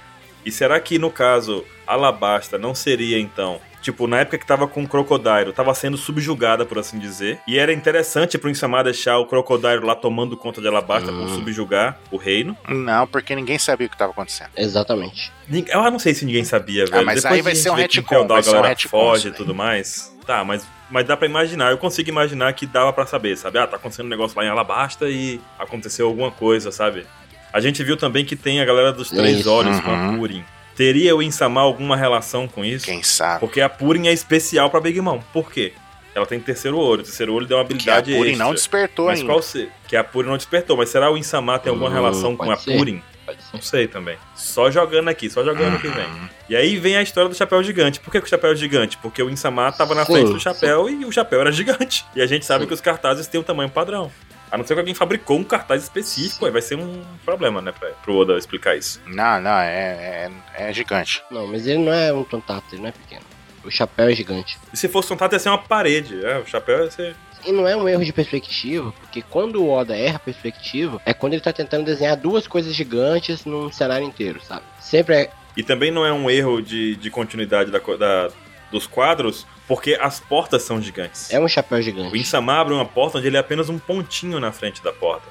Speaker 1: E será que, no caso, Alabasta não seria, então... Tipo, na época que tava com o Crocodile, tava sendo subjugada, por assim dizer. E era interessante pro Insama deixar o Crocodile lá tomando conta de Alabasta por
Speaker 2: Hum.
Speaker 1: subjugar o reino.
Speaker 3: Não, porque ninguém sabia o que estava acontecendo.
Speaker 2: Exatamente.
Speaker 1: Nin- Eu não sei se ninguém sabia, velho.
Speaker 3: mas
Speaker 1: Depois
Speaker 3: aí vai
Speaker 1: a gente
Speaker 3: ser um
Speaker 1: vê que o
Speaker 3: retcon,
Speaker 1: Feudal,
Speaker 3: vai ser um
Speaker 1: galera
Speaker 3: retcon
Speaker 1: foge
Speaker 3: isso
Speaker 1: e
Speaker 3: daí.
Speaker 1: tudo mais. Tá, mas, mas dá pra imaginar. Eu consigo imaginar que dava pra saber, sabe? Ah, tá acontecendo um negócio lá em Alabasta e aconteceu alguma coisa, sabe? A gente viu também que tem a galera dos Três
Speaker 2: Isso,
Speaker 1: Olhos com a
Speaker 3: uhum.
Speaker 1: Purim. Teria o Insama alguma relação com isso?
Speaker 3: Quem sabe?
Speaker 1: Porque a Purim é especial pra Big Mom. Por quê? Ela tem terceiro olho. O terceiro olho deu uma
Speaker 3: Que a
Speaker 1: habilidade
Speaker 3: Puri
Speaker 1: extra.
Speaker 3: não despertou
Speaker 1: mas
Speaker 3: ainda.
Speaker 1: qual se... Que a Purim não despertou. Mas será o Insama tem alguma
Speaker 2: Hum,
Speaker 1: relação com
Speaker 2: pode
Speaker 1: a
Speaker 2: ser.
Speaker 1: Purim?
Speaker 2: Pode ser.
Speaker 1: Não sei também. Só jogando aqui, só jogando o que vem.
Speaker 2: Uhum.
Speaker 1: E aí vem a história do chapéu gigante. Por que, que o chapéu é gigante? Porque o Insama tava na
Speaker 2: Sim,
Speaker 1: frente do chapéu e o chapéu era gigante. E a gente sabe
Speaker 2: Sim.
Speaker 1: que os cartazes têm um tamanho padrão. A não ser que alguém fabricou um cartaz específico, aí vai ser um problema, né, pra, pro Oda explicar isso.
Speaker 3: Não, não, é, é, é gigante.
Speaker 2: Não, mas ele não é um tontato, ele não é pequeno. O chapéu é gigante.
Speaker 1: E se fosse um tato, ia ser uma parede. né? o chapéu ia ser.
Speaker 2: E não é um erro de perspectiva, porque quando o Oda erra a perspectiva, é quando ele tá tentando desenhar duas coisas gigantes num cenário inteiro, sabe? Sempre é.
Speaker 1: E também não é um erro de, de continuidade da, co- da- dos quadros, porque as portas são gigantes.
Speaker 2: É um chapéu
Speaker 1: O
Speaker 2: gigante.
Speaker 1: Insama abre uma porta onde ele é apenas um pontinho na frente da porta.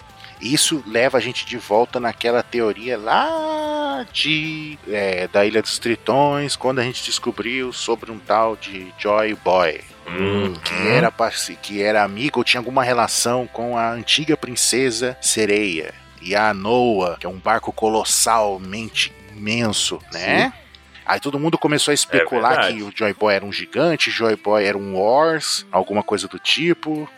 Speaker 3: Isso leva a gente de volta naquela teoria lá de é, da Ilha dos Tritões, quando a gente descobriu sobre um tal de Joy Boy,
Speaker 2: Hum.
Speaker 3: que era parce- que era amigo ou tinha alguma relação com a antiga princesa Sereia e a Noa, que é um barco colossalmente imenso, né? Aí todo mundo começou a especular
Speaker 1: verdade.
Speaker 3: que o Joy Boy era um gigante, Joy Boy era um Wars, alguma coisa do tipo.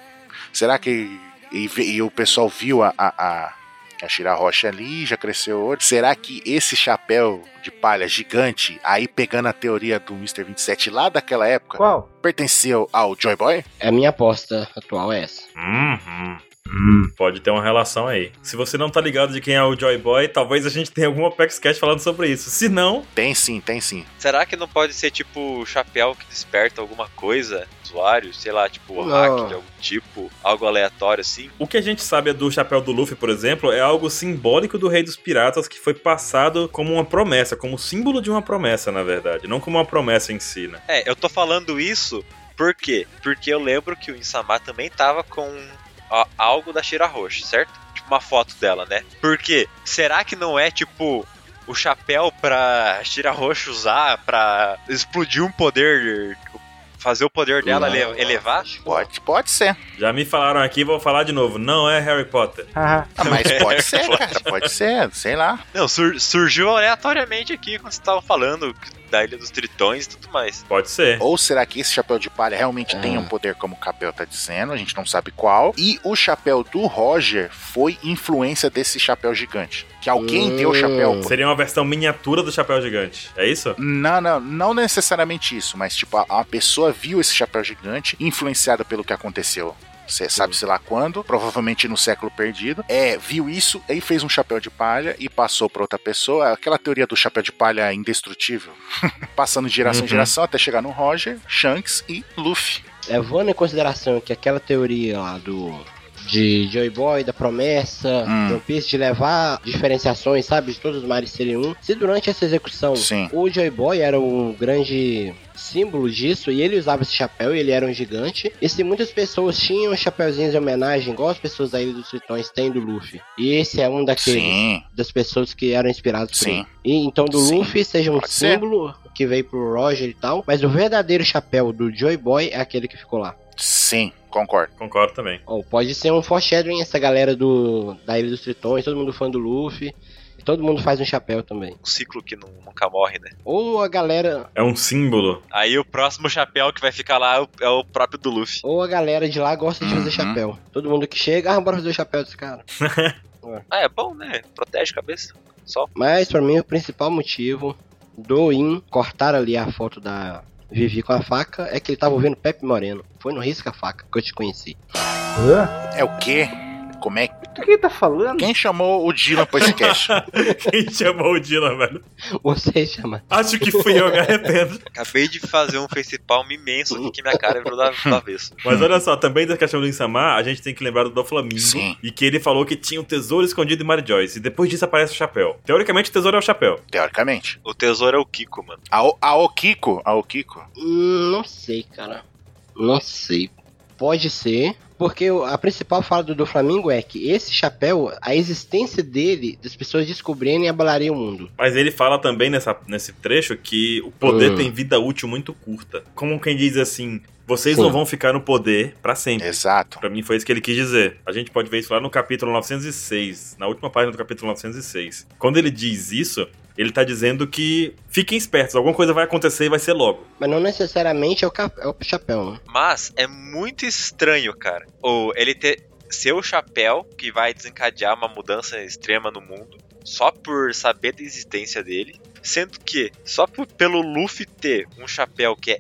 Speaker 3: Será que. E, ve- e o pessoal viu a, a, a, a Shira Rocha ali, já cresceu outro. Será que esse chapéu de palha gigante, aí pegando a teoria do Mr. 27 lá daquela época,
Speaker 5: Qual?
Speaker 3: pertenceu ao Joy Boy?
Speaker 2: A minha aposta atual é essa.
Speaker 1: Uhum. Pode ter uma relação aí. Se você não tá ligado de quem é o Joy Boy, talvez a gente tenha algum Apex Cash falando sobre isso. Se não,
Speaker 3: Tem sim, tem sim.
Speaker 4: Será que não pode ser tipo o chapéu que desperta alguma coisa? Usuário, sei lá, tipo
Speaker 2: Não.
Speaker 4: hack de algum tipo, algo aleatório assim?
Speaker 1: o que a gente sabe é do chapéu do Luffy, por exemplo, é algo simbólico do Rei dos Piratas que foi passado como uma promessa, como símbolo de uma promessa, na verdade, não como uma promessa em si, né?
Speaker 4: É, eu tô falando isso por quê? Porque eu lembro que o Insama também tava com a- algo da Shira Roche, certo? Tipo uma foto dela, né? Por quê? Será que não é tipo o chapéu pra Shira Roche usar pra explodir um poder, fazer o poder dela ele-
Speaker 2: Não,
Speaker 4: elevar?
Speaker 2: acho que não.
Speaker 3: Pode, pode ser.
Speaker 1: Já me falaram aqui, vou falar de novo. Não é Harry Potter.
Speaker 5: Haha.
Speaker 3: Ah, mas
Speaker 2: (laughs)
Speaker 3: pode ser, cara. Pode ser, sei lá.
Speaker 4: Não, sur- surgiu aleatoriamente aqui quando você tava falando da Ilha dos Tritões e tudo mais.
Speaker 1: Pode ser.
Speaker 3: Ou será que esse chapéu de palha realmente
Speaker 2: Ah.
Speaker 3: tem um poder como o Capel tá dizendo? A gente não sabe qual. E o chapéu do Roger foi influência desse chapéu gigante. Que alguém
Speaker 2: Hum.
Speaker 3: deu o chapéu. pro-
Speaker 1: Seria uma versão miniatura do chapéu gigante. É isso?
Speaker 3: Não, não, não necessariamente isso, mas tipo, a, a pessoa viu esse chapéu gigante influenciada pelo que aconteceu você sabe-se lá quando, provavelmente no século perdido, é, viu isso, aí fez um chapéu de palha e passou pra outra pessoa, aquela teoria do chapéu de palha é indestrutível, (laughs) passando de geração em
Speaker 1: Uhum.
Speaker 3: geração até chegar no Roger, Shanks e Luffy.
Speaker 2: Levando em consideração que aquela teoria lá do. De Joy Boy, da promessa,
Speaker 3: Hum.
Speaker 2: do One Piece, de levar diferenciações, sabe? De todos os mares serem um. Se durante essa execução
Speaker 3: Sim.
Speaker 2: o Joy Boy era um grande símbolo disso e ele usava esse chapéu e ele era um gigante. E se muitas pessoas tinham chapéuzinhos de homenagem, igual as pessoas da Ilha dos Tritões têm do Luffy. E esse é um daqueles.
Speaker 3: Sim,
Speaker 2: das pessoas que eram inspiradas por
Speaker 3: Sim.
Speaker 2: ele. E então do
Speaker 3: Sim.
Speaker 2: Luffy seja um
Speaker 3: Pode ser.
Speaker 2: símbolo que veio pro Roger e tal, mas o verdadeiro chapéu do Joy Boy é aquele que ficou lá.
Speaker 3: sim, concordo.
Speaker 1: Concordo também.
Speaker 2: Ou pode ser um foreshadowing essa galera do da Ilha dos Tritões, todo mundo fã do Luffy, e todo mundo faz um chapéu também.
Speaker 4: Um ciclo que nu- nunca morre, né?
Speaker 2: Ou a galera,
Speaker 1: É um símbolo. (laughs)
Speaker 4: Aí o próximo chapéu que vai ficar lá é o, é o próprio do Luffy.
Speaker 2: ou a galera de lá gosta de fazer
Speaker 3: Uhum.
Speaker 2: chapéu. Todo mundo que chega, ah, bora fazer o chapéu desse cara.
Speaker 4: Ah, é bom, né? Protege a cabeça. Só.
Speaker 2: Mas pra mim o principal motivo do In cortar ali a foto da Vivi com a faca é que ele tava ouvindo Pepe Moreno. Foi no risco a faca que eu te conheci. (laughs)
Speaker 5: Hã?
Speaker 3: É o quê? Como é?
Speaker 5: Do que ele tá falando?
Speaker 3: Quem chamou o Dylan pra esse cast?
Speaker 1: Quem chamou o Dylan, velho?
Speaker 2: Você chama.
Speaker 1: Acho que fui eu, me arrependo.
Speaker 4: Acabei de fazer um facepalm imenso aqui que minha cara virou da, do avesso.
Speaker 1: Mas olha só, também da questão do Insamar, a gente tem que lembrar do Doflamingo.
Speaker 3: Sim.
Speaker 1: E que ele falou que tinha um tesouro escondido em Mary Joyce. E depois disso aparece o chapéu. Teoricamente, o tesouro é o chapéu.
Speaker 3: Teoricamente.
Speaker 4: O tesouro é o Kiko, mano.
Speaker 3: A, O- a Okiko, a Okiko.
Speaker 2: Hum, Não sei, cara. Não sei. Pode ser. Porque o- a principal fala do, do Flamengo é que esse chapéu, a existência dele, das pessoas descobrirem, abalaria o mundo.
Speaker 1: Mas ele fala também nessa, nesse trecho que o poder
Speaker 2: Hum.
Speaker 1: tem vida útil muito curta. Como quem diz assim, vocês
Speaker 2: Sim.
Speaker 1: não vão ficar no poder pra sempre.
Speaker 3: Exato.
Speaker 1: Pra mim foi isso que ele quis dizer. A gente pode ver isso lá no capítulo 906, na última página do capítulo 906. Quando ele diz isso, ele tá dizendo que fiquem espertos, alguma coisa vai acontecer e vai ser logo.
Speaker 2: Mas não necessariamente é o, cap- é o chapéu, né?
Speaker 4: Mas é muito estranho, cara. Ou ele ter seu chapéu que vai desencadear uma mudança extrema no mundo só por saber da existência dele, sendo que só por- pelo Luffy ter um chapéu que é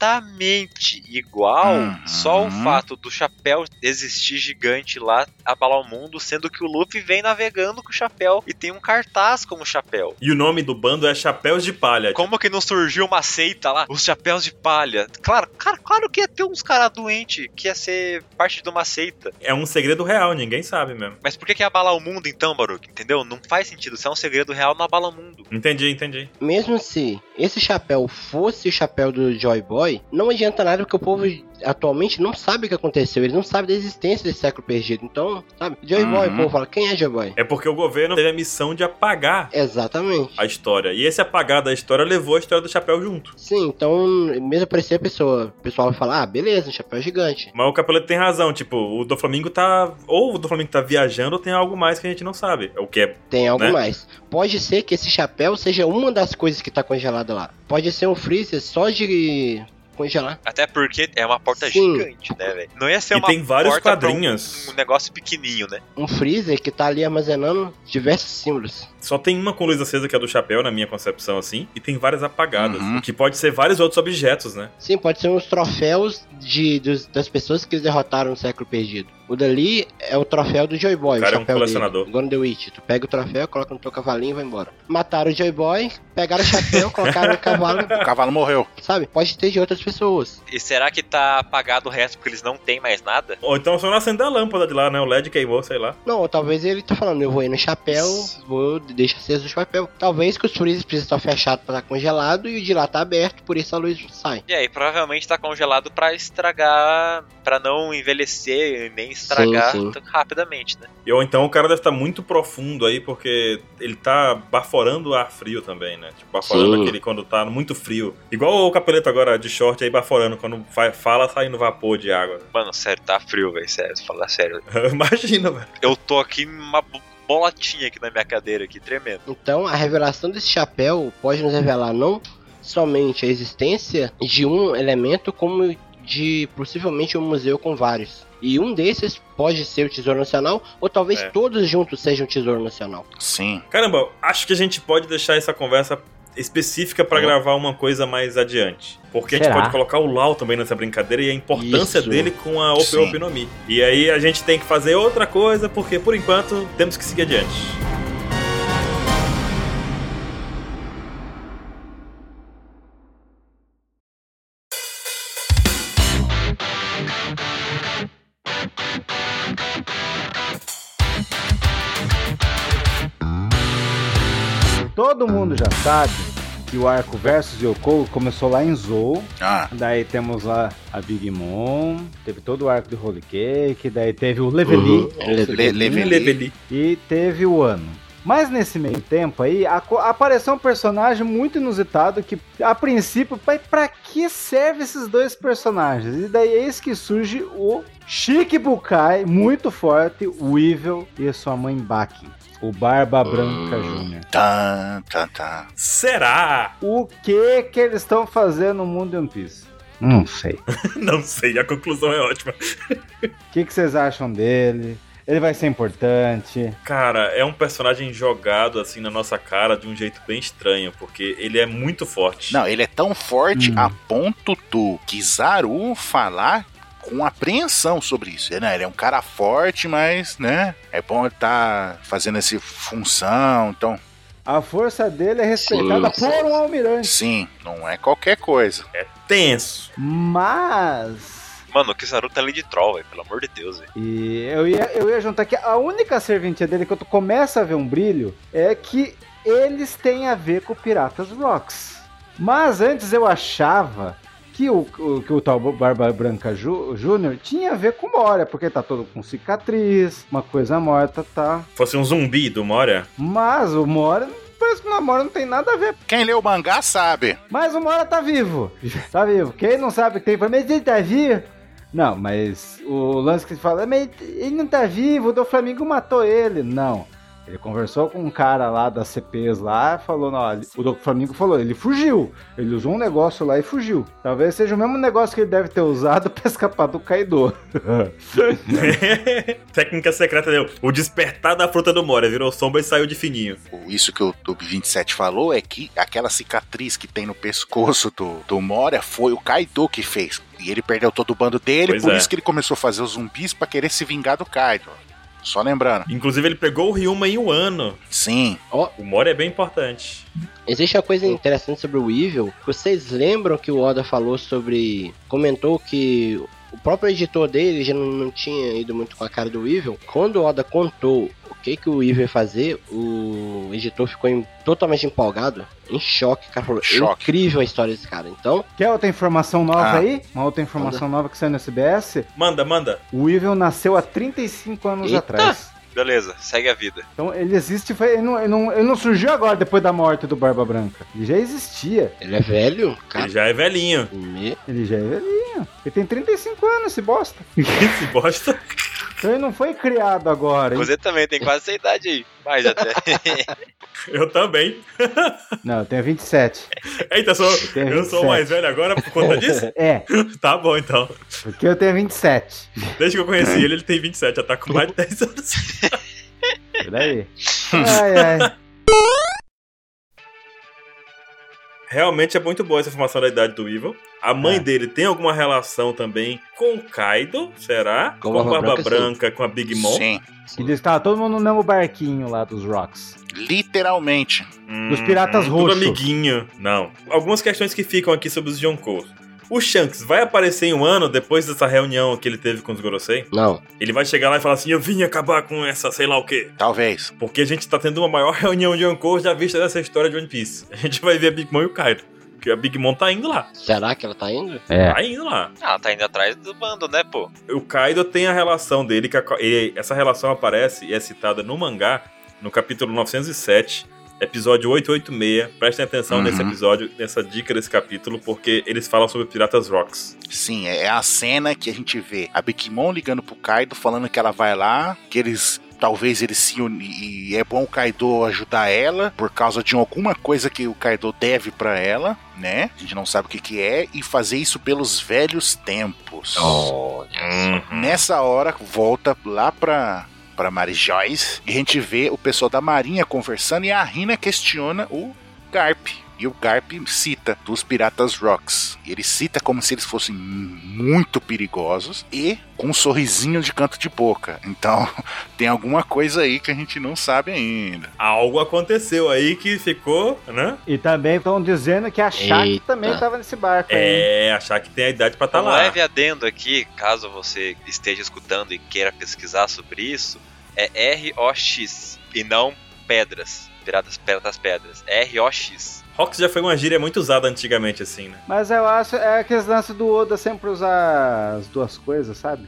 Speaker 4: exatamente igual,
Speaker 3: Uhum.
Speaker 4: só o fato do chapéu existir gigante lá abalar o mundo, sendo que o Luffy vem navegando com o chapéu e tem um cartaz como chapéu.
Speaker 1: E o nome do bando é Chapéus de Palha.
Speaker 4: Como que não surgiu uma seita lá? Os chapéus de palha. Claro, cara, claro que ia ter uns caras doentes que ia ser parte de uma seita.
Speaker 1: É um segredo real, ninguém sabe mesmo.
Speaker 4: Mas por que que ia abalar o mundo então, Baruch? Entendeu? Não faz sentido. Se é um segredo real, não abala o mundo.
Speaker 1: Entendi, entendi.
Speaker 2: Mesmo se esse chapéu fosse o chapéu do Joy Boy, não adianta nada porque o povo atualmente não sabe o que aconteceu. Eles não sabem da existência desse século perdido. Então, sabe? Joy Boy,
Speaker 3: Uhum.
Speaker 2: o povo fala, quem é Joy Boy?
Speaker 1: É porque o governo teve a missão de apagar
Speaker 2: Exatamente.
Speaker 1: a história. E esse apagar da história levou a história do chapéu junto.
Speaker 2: Sim, então, mesmo aparecer a pessoa, o pessoal vai falar, ah, beleza, um chapéu gigante.
Speaker 1: Mas o Capeleto tem razão, tipo, o do Flamengo tá. Ou o do Flamengo tá viajando ou tem algo mais que a gente não sabe. É o que é.
Speaker 2: Tem algo
Speaker 1: Né?
Speaker 2: mais. Pode ser que esse chapéu seja uma das coisas que tá congelada lá. Pode ser um freezer só de congelar.
Speaker 4: Até porque é uma porta
Speaker 2: Sim.
Speaker 4: gigante, né, velho? Não ia ser
Speaker 1: E
Speaker 4: uma
Speaker 1: tem vários
Speaker 4: porta pra um-
Speaker 1: quadrinhos.
Speaker 4: Um, negócio pequenininho, né?
Speaker 2: Um freezer que tá ali armazenando diversos símbolos.
Speaker 1: Só tem uma com luz acesa que é a do chapéu, na minha concepção, assim, e tem várias apagadas.
Speaker 3: Uhum.
Speaker 1: O que pode ser vários outros objetos, né?
Speaker 2: Sim, pode ser uns troféus de, dos- das pessoas que eles derrotaram no século perdido. O dali é o troféu do Joy Boy,
Speaker 1: Cara, é
Speaker 2: o
Speaker 1: um
Speaker 2: chapéu
Speaker 1: colecionador.
Speaker 2: dele. Gone the Witch. Tu pega o troféu, coloca no teu cavalinho e vai embora. Mataram o Joy Boy, pegaram o
Speaker 1: (laughs)
Speaker 2: chapéu, colocaram no cavalo,
Speaker 3: O cavalo morreu.
Speaker 2: sabe? Pode ter de outras pessoas.
Speaker 4: E será que tá apagado o resto porque eles não têm mais nada?
Speaker 1: Ou então só não acender a lâmpada de lá, né? O LED queimou, sei lá.
Speaker 2: Não, talvez ele tá falando, eu vou ir no chapéu, vou deixar aceso o chapéu. Talvez que os freezers precisam estar fechados pra estar congelado e o de lá tá aberto, por isso a luz sai.
Speaker 4: E aí, provavelmente tá congelado pra estragar, pra não envelhecer e nem estragar
Speaker 2: sim.
Speaker 4: tão rapidamente, né?
Speaker 1: E Ou então o cara deve estar muito profundo aí, porque ele tá baforando o ar frio também, né? Tipo, baforando
Speaker 2: Sim.
Speaker 1: aquele quando tá muito frio. Igual o capeleto agora de short aí baforando, quando fa- fala saindo vapor de água. (laughs)
Speaker 4: Mano, sério, tá frio, velho. Sério, falar sério.
Speaker 1: Imagina, velho.
Speaker 4: Eu tô aqui uma bo- bolotinha aqui na minha cadeira aqui, tremendo.
Speaker 2: Então a revelação desse chapéu pode nos revelar não somente a existência de um elemento, como de possivelmente um museu com vários. E um desses pode ser o Tesouro Nacional, ou talvez
Speaker 1: É.
Speaker 2: todos juntos sejam o Tesouro Nacional.
Speaker 3: Sim.
Speaker 1: Caramba, acho que a gente pode deixar essa conversa específica pra gravar uma coisa mais adiante. Porque a gente
Speaker 5: Será?
Speaker 1: pode colocar o Lau também nessa brincadeira e a importância
Speaker 2: Isso.
Speaker 1: dele com a Ope
Speaker 3: Sim.
Speaker 1: Ope no Mi. E aí a gente tem que fazer outra coisa, porque por enquanto temos que seguir adiante.
Speaker 5: Todo mundo já sabe que o arco versus Yoko começou lá em Zou.
Speaker 3: Ah,
Speaker 5: Daí temos lá a Big Mom, teve todo o arco de Holy Cake, daí teve o
Speaker 2: Uhum.
Speaker 5: Leveli
Speaker 3: le-
Speaker 1: Leveli.
Speaker 3: leveli.
Speaker 5: e teve o Ano. Mas nesse meio tempo aí, aco- apareceu um personagem muito inusitado que, a princípio, pai, pra que serve esses dois personagens? E daí é isso que surge o Chique Bukai, muito forte, o Evil e a sua mãe Baki, o Barba Branca
Speaker 2: Hum.
Speaker 5: Jr.
Speaker 3: Tá, tá, tá.
Speaker 1: Será?
Speaker 5: O que que eles estão fazendo no mundo de One Piece? Não sei.
Speaker 1: Não sei, a conclusão é ótima.
Speaker 5: O que, que vocês acham dele? Ele vai ser importante?
Speaker 1: Cara, é um personagem jogado assim na nossa cara de um jeito bem estranho, porque ele é muito forte.
Speaker 3: Não, ele é tão forte
Speaker 5: Hum.
Speaker 3: a ponto do Kizaru falar com apreensão sobre isso. Né? Ele é um cara forte, mas, né? É bom ele tá fazendo essa função. Então,
Speaker 5: A força dele é respeitada
Speaker 2: Sim.
Speaker 5: por um almirante.
Speaker 3: sim, não é qualquer coisa.
Speaker 1: Tenso.
Speaker 5: Mas.
Speaker 4: Mano, o Kizaru tá ali de troll, velho. Pelo amor de Deus, velho.
Speaker 5: E eu ia, eu ia juntar que a única serventia dele que eu começo a ver um brilho é que eles têm a ver com Piratas Rocks. Mas antes eu achava que o, o- que o tal Barba Branca Ju- Júnior tinha a ver com Moria, porque tá todo com cicatriz, uma coisa morta, tá?
Speaker 1: Fosse um zumbi do Moria.
Speaker 5: Mas o Moria, parece que o Moria não tem nada a ver
Speaker 3: Quem lê o mangá sabe.
Speaker 5: Mas o Mora tá vivo. Tá vivo. Quem não sabe que tem problema, mas ele tá vivo. Não, mas o lance que ele fala, mas ele não tá vivo, o do Flamengo matou ele. Não. Ele conversou com um cara lá das CPs lá, falou, não, ele- o do Flamengo falou, ele fugiu. Ele usou um negócio lá e fugiu. Talvez seja o mesmo negócio que ele deve ter usado (laughs) pra escapar do Kaido.
Speaker 1: (laughs) Técnica secreta deu. O despertar da fruta do Moria virou sombra e saiu de fininho.
Speaker 3: O- Isso que o Tube 27 falou é que aquela cicatriz que tem no pescoço do, do Moria foi o Kaido que fez. E ele perdeu todo o bando dele,
Speaker 1: Pois
Speaker 3: por
Speaker 1: é.
Speaker 3: isso que ele começou a fazer os zumbis pra querer se vingar do Kaido. Só lembrando.
Speaker 1: Inclusive, ele pegou o Ryuma em um ano.
Speaker 3: Sim,
Speaker 1: O Moria é bem importante.
Speaker 2: Existe uma coisa interessante sobre o Evil. Vocês lembram que o Oda falou sobre. comentou que o próprio editor dele já não, não tinha ido muito com a cara do Evil. Quando o Oda contou o que, que o Evil ia fazer, o editor ficou em- totalmente empolgado, em choque. O cara falou: "É
Speaker 3: Choque.
Speaker 2: incrível a história desse cara. Então,
Speaker 5: (laughs) Quer outra informação nova
Speaker 3: Ah.
Speaker 5: aí? Uma outra informação nova que saiu no SBS?
Speaker 1: Manda, manda.
Speaker 5: O Evil nasceu há 35 anos
Speaker 2: Eita.
Speaker 5: atrás.
Speaker 4: Beleza, segue a vida.
Speaker 5: Então ele existe, foi- ele não, ele não- ele não surgiu agora depois da morte do Barba Branca. Ele já existia.
Speaker 2: ele é velho, cara.
Speaker 1: Ele já é velhinho. (laughs)
Speaker 2: Me-
Speaker 5: Ele já é velhinho. Ele tem 35 anos, esse bosta.
Speaker 1: Esse bosta.
Speaker 5: Então ele não foi criado agora. hein?
Speaker 4: Você também tem quase essa idade aí.
Speaker 1: (laughs)
Speaker 4: Mais até.
Speaker 1: Eu também.
Speaker 5: Não, eu tenho 27.
Speaker 1: Eita, sou,
Speaker 5: Eu tenho
Speaker 1: eu sou
Speaker 5: 27.
Speaker 1: mais velho agora por conta
Speaker 5: (laughs)
Speaker 1: disso?
Speaker 5: É,
Speaker 1: Tá bom, então.
Speaker 5: porque eu tenho 27.
Speaker 1: Desde que eu conheci ele, ele tem 27. Já tá com mais de 10 anos.
Speaker 5: Peraí. Ai, ai.
Speaker 1: Realmente é muito boa essa informação da idade do Evil. A mãe
Speaker 5: É.
Speaker 1: dele tem alguma relação também com o Kaido, será?
Speaker 2: Com
Speaker 1: Com,
Speaker 2: a
Speaker 1: a
Speaker 2: Barba
Speaker 1: Barba
Speaker 2: Branca,
Speaker 1: Branca, com a Big Mom.
Speaker 3: sim.
Speaker 5: E diz que tava todo mundo no mesmo barquinho lá dos Rocks.
Speaker 3: Literalmente.
Speaker 1: Hum,
Speaker 5: Dos piratas
Speaker 1: Tudo
Speaker 5: roxo.
Speaker 1: amiguinho. Não. Algumas questões que ficam aqui sobre os Jonko. O Shanks vai aparecer em um ano depois dessa reunião que ele teve com os Gorosei?
Speaker 2: Não.
Speaker 1: Ele vai chegar lá e falar assim: Eu vim acabar com essa sei lá o quê.
Speaker 3: Talvez.
Speaker 1: Porque a gente tá tendo uma maior (laughs) reunião de Jonko já vista dessa história de One Piece. A gente vai ver a Big Mom e o Kaido. Porque a Big Mom tá indo lá.
Speaker 2: Será que ela tá indo?
Speaker 5: É.
Speaker 1: Tá indo lá.
Speaker 4: Ah, tá indo atrás do bando, né, pô?
Speaker 1: O Kaido tem a relação dele, que a- e essa relação aparece e é citada no mangá, no capítulo 907, episódio 886. Prestem atenção
Speaker 3: Uhum.
Speaker 1: nesse episódio, nessa dica desse capítulo, porque eles falam sobre Piratas Rocks.
Speaker 3: Sim, é a cena que a gente vê a Big Mom ligando pro Kaido, falando que ela vai lá, que eles. Talvez eles se unem e é bom o Kaido ajudar ela por causa de alguma coisa que o Kaido deve pra ela, né? A gente não sabe o que, que é, e fazer isso pelos velhos tempos.
Speaker 2: Oh.
Speaker 3: Nessa hora, volta lá pra, pra Mary Joyce e a gente vê o pessoal da Marinha conversando e a Rina questiona o Garp. E o Garp cita dos Piratas Rocks. Ele cita como se eles fossem muito perigosos e com um sorrisinho de canto de boca. Então (laughs) tem alguma coisa aí que a gente não sabe ainda.
Speaker 1: Algo aconteceu aí que ficou, né?
Speaker 5: E também estão dizendo que a Shaq
Speaker 2: Eita.
Speaker 5: também tava nesse barco aí.
Speaker 1: É, achar que tem a idade pra estar
Speaker 4: um
Speaker 1: lá.
Speaker 4: leve adendo aqui, caso você esteja escutando e queira pesquisar sobre isso, é R-O-X e não pedras. Piratas, piratas, pedras. R-O-X.
Speaker 1: Rox já foi uma gíria muito usada antigamente, assim, né?
Speaker 5: Mas eu acho é aqueles lance do Oda sempre usar as duas coisas, sabe?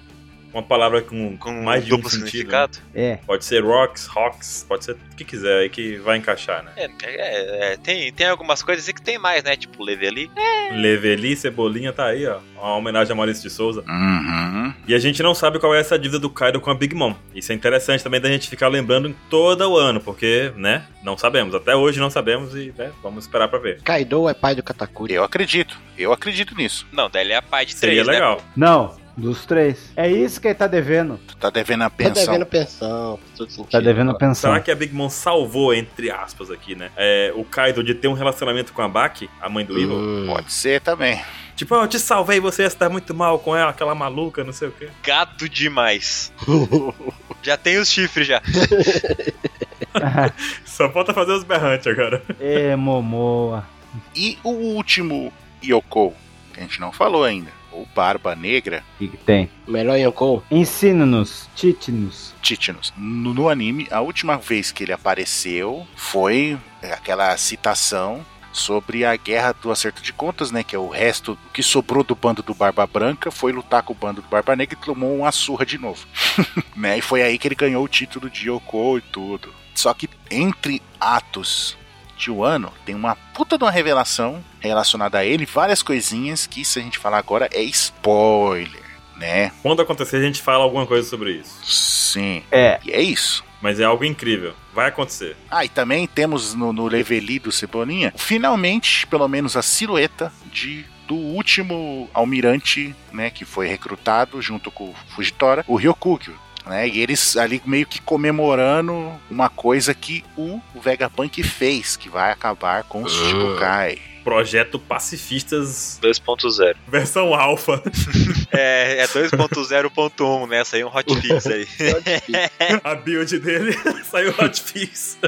Speaker 1: Uma palavra com, com mais de um
Speaker 4: duplo
Speaker 1: sentido. né?
Speaker 4: significado.
Speaker 5: É.
Speaker 1: Pode ser rocks, rocks, pode ser o que quiser aí que vai encaixar, né?
Speaker 4: É, é, é, tem, tem algumas coisas aí que tem mais, né? Tipo, Leveli.
Speaker 1: Leveli, Cebolinha, tá aí, ó. Uma homenagem a Maurício de Souza.
Speaker 3: Uhum.
Speaker 1: E a gente não sabe qual é essa dívida do Kaido com a Big Mom. Isso é interessante também da gente ficar lembrando em todo o ano, porque, né, não sabemos. Até hoje não sabemos e, né, vamos esperar pra ver.
Speaker 2: Kaido é pai do Katakuri.
Speaker 3: Eu acredito, eu acredito nisso.
Speaker 4: Não, daí ele é a pai de
Speaker 1: Seria
Speaker 4: três, né?
Speaker 1: legal.
Speaker 5: Não, dos três. É isso que ele tá devendo.
Speaker 3: Tu tá devendo a
Speaker 2: Tá
Speaker 3: pensão.
Speaker 2: devendo pensão, faz todo sentido.
Speaker 6: Tá devendo a pensão.
Speaker 1: Será que a Big Mom salvou, entre aspas, aqui, né? é, o Kaido de ter um relacionamento com a Baki, a mãe do Evil?
Speaker 2: Hum,
Speaker 3: Pode ser também.
Speaker 1: Tipo, "Ah, eu te salvei, você ia se dar muito mal com ela, aquela maluca, não sei o quê.
Speaker 4: Gato (laughs) demais. já tem os chifres já.
Speaker 5: Tá (laughs)
Speaker 1: Só falta fazer os berrantes agora. (laughs)
Speaker 6: É, Momoa.
Speaker 3: E o último Yoko, que a gente não falou ainda. O Barba Negra,
Speaker 6: O que, que tem?
Speaker 2: Melhor
Speaker 3: (laughs)
Speaker 2: Yonkou.
Speaker 6: Ensina-nos, tite-nos.
Speaker 3: Titinos. No, no anime, a última vez que ele apareceu foi é, aquela citação sobre a guerra do acerto de contas, né? Que é o resto o que sobrou do bando do Barba Branca foi lutar com o bando do Barba Negra e tomou uma surra de novo. (laughs) né? E foi aí que ele ganhou o título de Yoko e tudo. Só que entre atos de um ano tem uma puta de uma revelação relacionada a ele, várias coisinhas que se a gente falar agora é spoiler, né?
Speaker 1: Quando acontecer, a gente fala alguma coisa sobre isso.
Speaker 3: Sim.
Speaker 6: É.
Speaker 3: E é isso.
Speaker 1: Mas é algo incrível. Vai acontecer.
Speaker 3: Ah, e também temos no, no Leveli do Cebolinha, finalmente, pelo menos a silhueta de do último almirante, né, que foi recrutado junto com o Fujitora, o Ryokugyo. Né, e eles ali meio que comemorando uma coisa que o Vegapunk fez, que vai acabar com os
Speaker 2: Ah.
Speaker 3: Shibukai.
Speaker 1: Projeto Pacifistas
Speaker 4: 2.0.
Speaker 1: versão alfa.
Speaker 4: É, é 2.0.1 nessa aí, um hotfix aí.
Speaker 1: A build dele (laughs) saiu Hot Fix.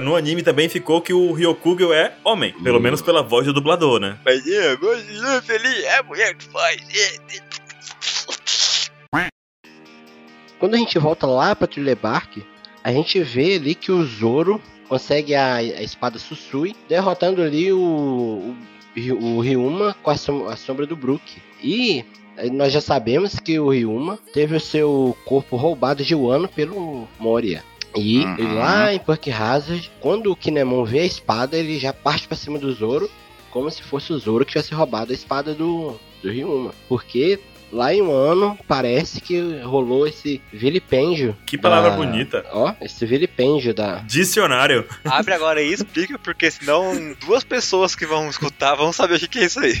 Speaker 1: No anime também ficou que o Ryokugyo é homem. Pelo
Speaker 2: Hum.
Speaker 1: menos pela voz do dublador, né?
Speaker 4: (laughs) Mas é, mas é, feliz, é a mulher que faz. é, é.
Speaker 2: Quando a gente volta lá pra Thriller Bark, a gente vê ali que o Zoro consegue a, a espada Susui, derrotando ali o, o, o Ryuma com a, som- a sombra do Brook. E eh, nós já sabemos que o Ryuma teve o seu corpo roubado de Wano pelo Moria. E
Speaker 3: Uhum.
Speaker 2: lá em Punk Hazard, quando o Kinemon vê a espada, ele já parte pra cima do Zoro, como se fosse o Zoro que tivesse roubado a espada do, do Ryuma. Porque lá em um ano parece que rolou esse vilipêndio.
Speaker 1: Que palavra
Speaker 2: da-
Speaker 1: bonita.
Speaker 2: Ó, esse vilipêndio da.
Speaker 1: Dicionário. (laughs)
Speaker 4: Abre agora aí e explica, porque senão duas pessoas que vão escutar vão saber o que que é isso aí.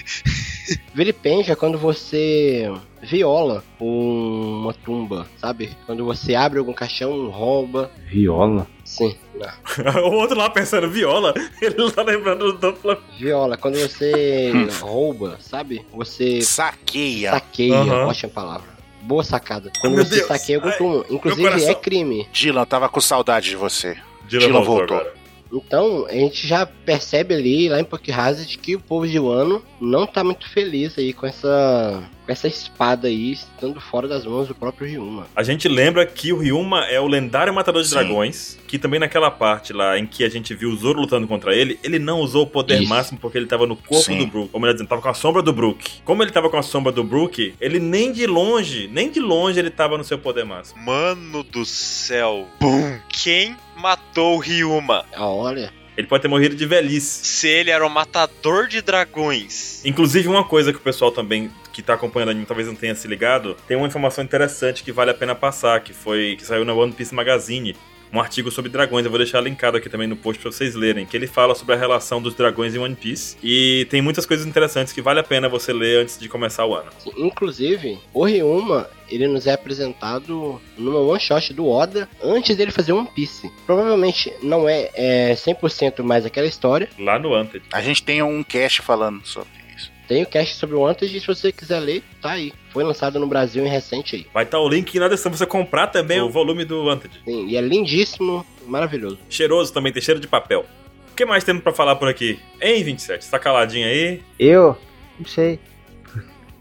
Speaker 2: Vilipêndio é quando você viola um- uma tumba, sabe? Quando você abre algum caixão, rouba.
Speaker 6: Viola?
Speaker 2: Sim, não.
Speaker 1: O outro lá pensando viola, (laughs) ele tá lembrando do duplo.
Speaker 2: Viola, quando você
Speaker 1: Hum.
Speaker 2: rouba, sabe? Você
Speaker 3: Saqueia.
Speaker 2: saqueia, é
Speaker 1: Aham.
Speaker 2: ótima palavra. Boa sacada. Quando
Speaker 1: Meu
Speaker 2: você
Speaker 1: Deus.
Speaker 2: saqueia algum
Speaker 1: Ai,
Speaker 2: túmulo. Inclusive
Speaker 1: coração.
Speaker 2: é crime.
Speaker 3: Dylan, tava com saudade de você.
Speaker 1: Dylan
Speaker 3: Dylan
Speaker 1: voltou,
Speaker 3: voltou.
Speaker 1: agora.
Speaker 2: Então, a gente já percebe ali, lá em Poké Hazard, que o povo de Wano não tá muito feliz aí com essa, com essa espada aí, estando fora das mãos do próprio Ryuma.
Speaker 1: A gente lembra que o Ryuma é o lendário matador de
Speaker 3: Sim.
Speaker 1: dragões, que também naquela parte lá em que a gente viu o Zoro lutando contra ele, ele não usou o poder
Speaker 2: Isso.
Speaker 1: máximo porque ele tava no corpo
Speaker 3: Sim.
Speaker 1: do Brook. Ou melhor dizendo, tava com a sombra do Brook. Como ele tava com a sombra do Brook, ele nem de longe, nem de longe ele tava no seu poder máximo.
Speaker 4: Mano do céu. Bum. Quem matou o Ryuma?
Speaker 2: Ah, Olha,
Speaker 1: Ele pode ter morrido de velhice.
Speaker 4: Se ele era um matador de dragões.
Speaker 1: Inclusive, uma coisa que o pessoal também que tá acompanhando a anime talvez não tenha se ligado, tem uma informação interessante que vale a pena passar, que foi que saiu na One Piece Magazine, um artigo sobre dragões, eu vou deixar linkado aqui também no post pra vocês lerem, que ele fala sobre a relação dos dragões em One Piece e tem muitas coisas interessantes que vale a pena você ler antes de começar o ano.
Speaker 2: inclusive, o Ryuma, ele nos é apresentado numa one shot do Oda antes dele fazer One Piece. Provavelmente não é, é 100% mais aquela história.
Speaker 1: Lá no Anted.
Speaker 3: A gente tem um cast falando sobre isso.
Speaker 2: Tem o cast sobre o Wanted, se você quiser ler, tá aí. Foi lançado no Brasil em recente aí.
Speaker 1: Vai estar o link na descrição pra você comprar também o volume do Wanted.
Speaker 2: Sim, e é lindíssimo, maravilhoso.
Speaker 1: Cheiroso também, tem cheiro de papel. O que mais temos pra falar por aqui? Hein, 27? Você tá caladinho aí?
Speaker 5: Eu? Não sei.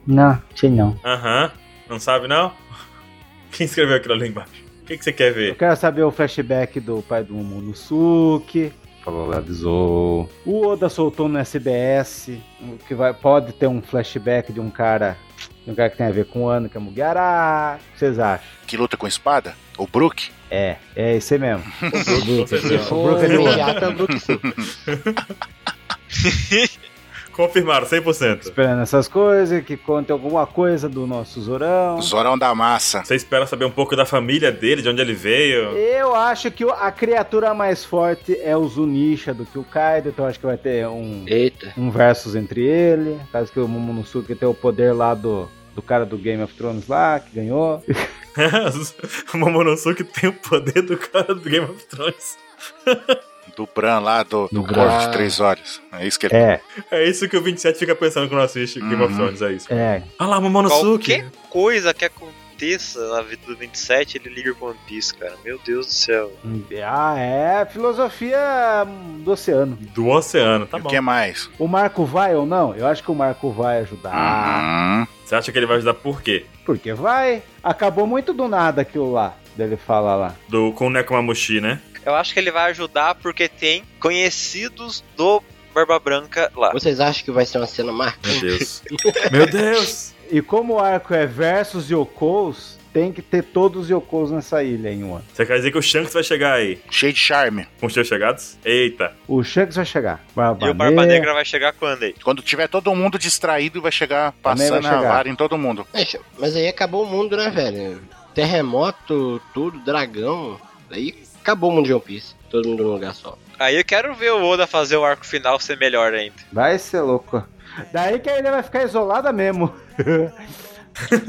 Speaker 5: Não, sei não.
Speaker 1: Aham. Não sabe, não? (laughs) Quem escreveu aquilo ali embaixo? O que, que você quer
Speaker 5: Eu
Speaker 1: ver?
Speaker 5: quero saber o flashback do pai do Momonosuke.
Speaker 6: Falou, avisou.
Speaker 5: O Oda soltou no SBS o que vai, pode ter um flashback de um cara, de um cara que tem a ver com o ano, que é Mugiará. O que vocês acham?
Speaker 3: Que luta com espada? O Brook?
Speaker 5: É, é esse aí (laughs) mesmo.
Speaker 1: Com
Speaker 2: Se
Speaker 1: certeza.
Speaker 2: for
Speaker 5: Brook é do-
Speaker 2: imediata, Brook sim.
Speaker 1: Confirmaram, 100%.
Speaker 5: Esperando essas coisas, que conte alguma coisa do nosso Zorão.
Speaker 3: O Zorão da Massa.
Speaker 1: Você espera saber um pouco da família dele, de onde ele veio. (laughs)
Speaker 5: Eu acho que o- a criatura mais forte é o Zunisha do que o Kaido, então acho que vai ter um,
Speaker 2: Eita.
Speaker 5: um versus entre ele. Caso que o Momonosuke tem o poder lá do, do cara do Game of Thrones lá, que ganhou.
Speaker 1: o Momonosuke tem o poder do cara do Game of Thrones.
Speaker 3: Do Bran lá, do,
Speaker 6: Do
Speaker 3: do
Speaker 6: Bran.
Speaker 3: Corvo de Três Olhos. É isso que ele.
Speaker 5: É,
Speaker 1: É isso que o 27 fica pensando quando assiste Game of
Speaker 3: Uhum.
Speaker 1: Thrones, é isso.
Speaker 5: é.
Speaker 1: Olha lá, Momonosuke.
Speaker 4: Qualquer coisa que aconteça na vida do 27, ele liga com One Piece, cara. Meu Deus do céu.
Speaker 5: Ah, é. Filosofia do oceano.
Speaker 1: Do oceano, tá
Speaker 3: E
Speaker 1: bom.
Speaker 3: o que mais?
Speaker 5: O Marco vai ou não? Eu acho que o Marco vai ajudar.
Speaker 3: Ah.
Speaker 1: Você acha que ele vai ajudar por quê?
Speaker 5: Porque vai. Acabou muito do nada aquilo lá, dele falar lá.
Speaker 1: Do, com o Nekomamushi, né?
Speaker 4: Eu acho que ele vai ajudar porque tem conhecidos do Barba Branca lá.
Speaker 2: Vocês acham que vai ser uma cena marcante?
Speaker 1: Meu Deus. Meu Deus!
Speaker 5: E como o arco é versus Yokos, tem que ter todos os Yokos nessa ilha em um ano.
Speaker 1: Você quer dizer que o Shanks vai chegar aí
Speaker 3: Cheio de charme.
Speaker 1: com os seus chegados? Eita.
Speaker 5: O Shanks vai chegar. Barba
Speaker 4: E o Barba
Speaker 5: Negra.
Speaker 4: Negra vai chegar quando aí?
Speaker 3: Quando tiver todo mundo distraído, vai chegar
Speaker 5: Também vai
Speaker 3: passando a
Speaker 5: chegar.
Speaker 3: vara em todo mundo.
Speaker 2: Mas, mas aí acabou o mundo, né, velho? Terremoto, tudo, dragão. Aí acabou o mundo de One Piece. Todo mundo num lugar só.
Speaker 4: Aí eu quero ver o Oda fazer o arco final ser melhor ainda.
Speaker 5: Vai ser louco. Daí que a ilha vai ficar isolada mesmo. (laughs)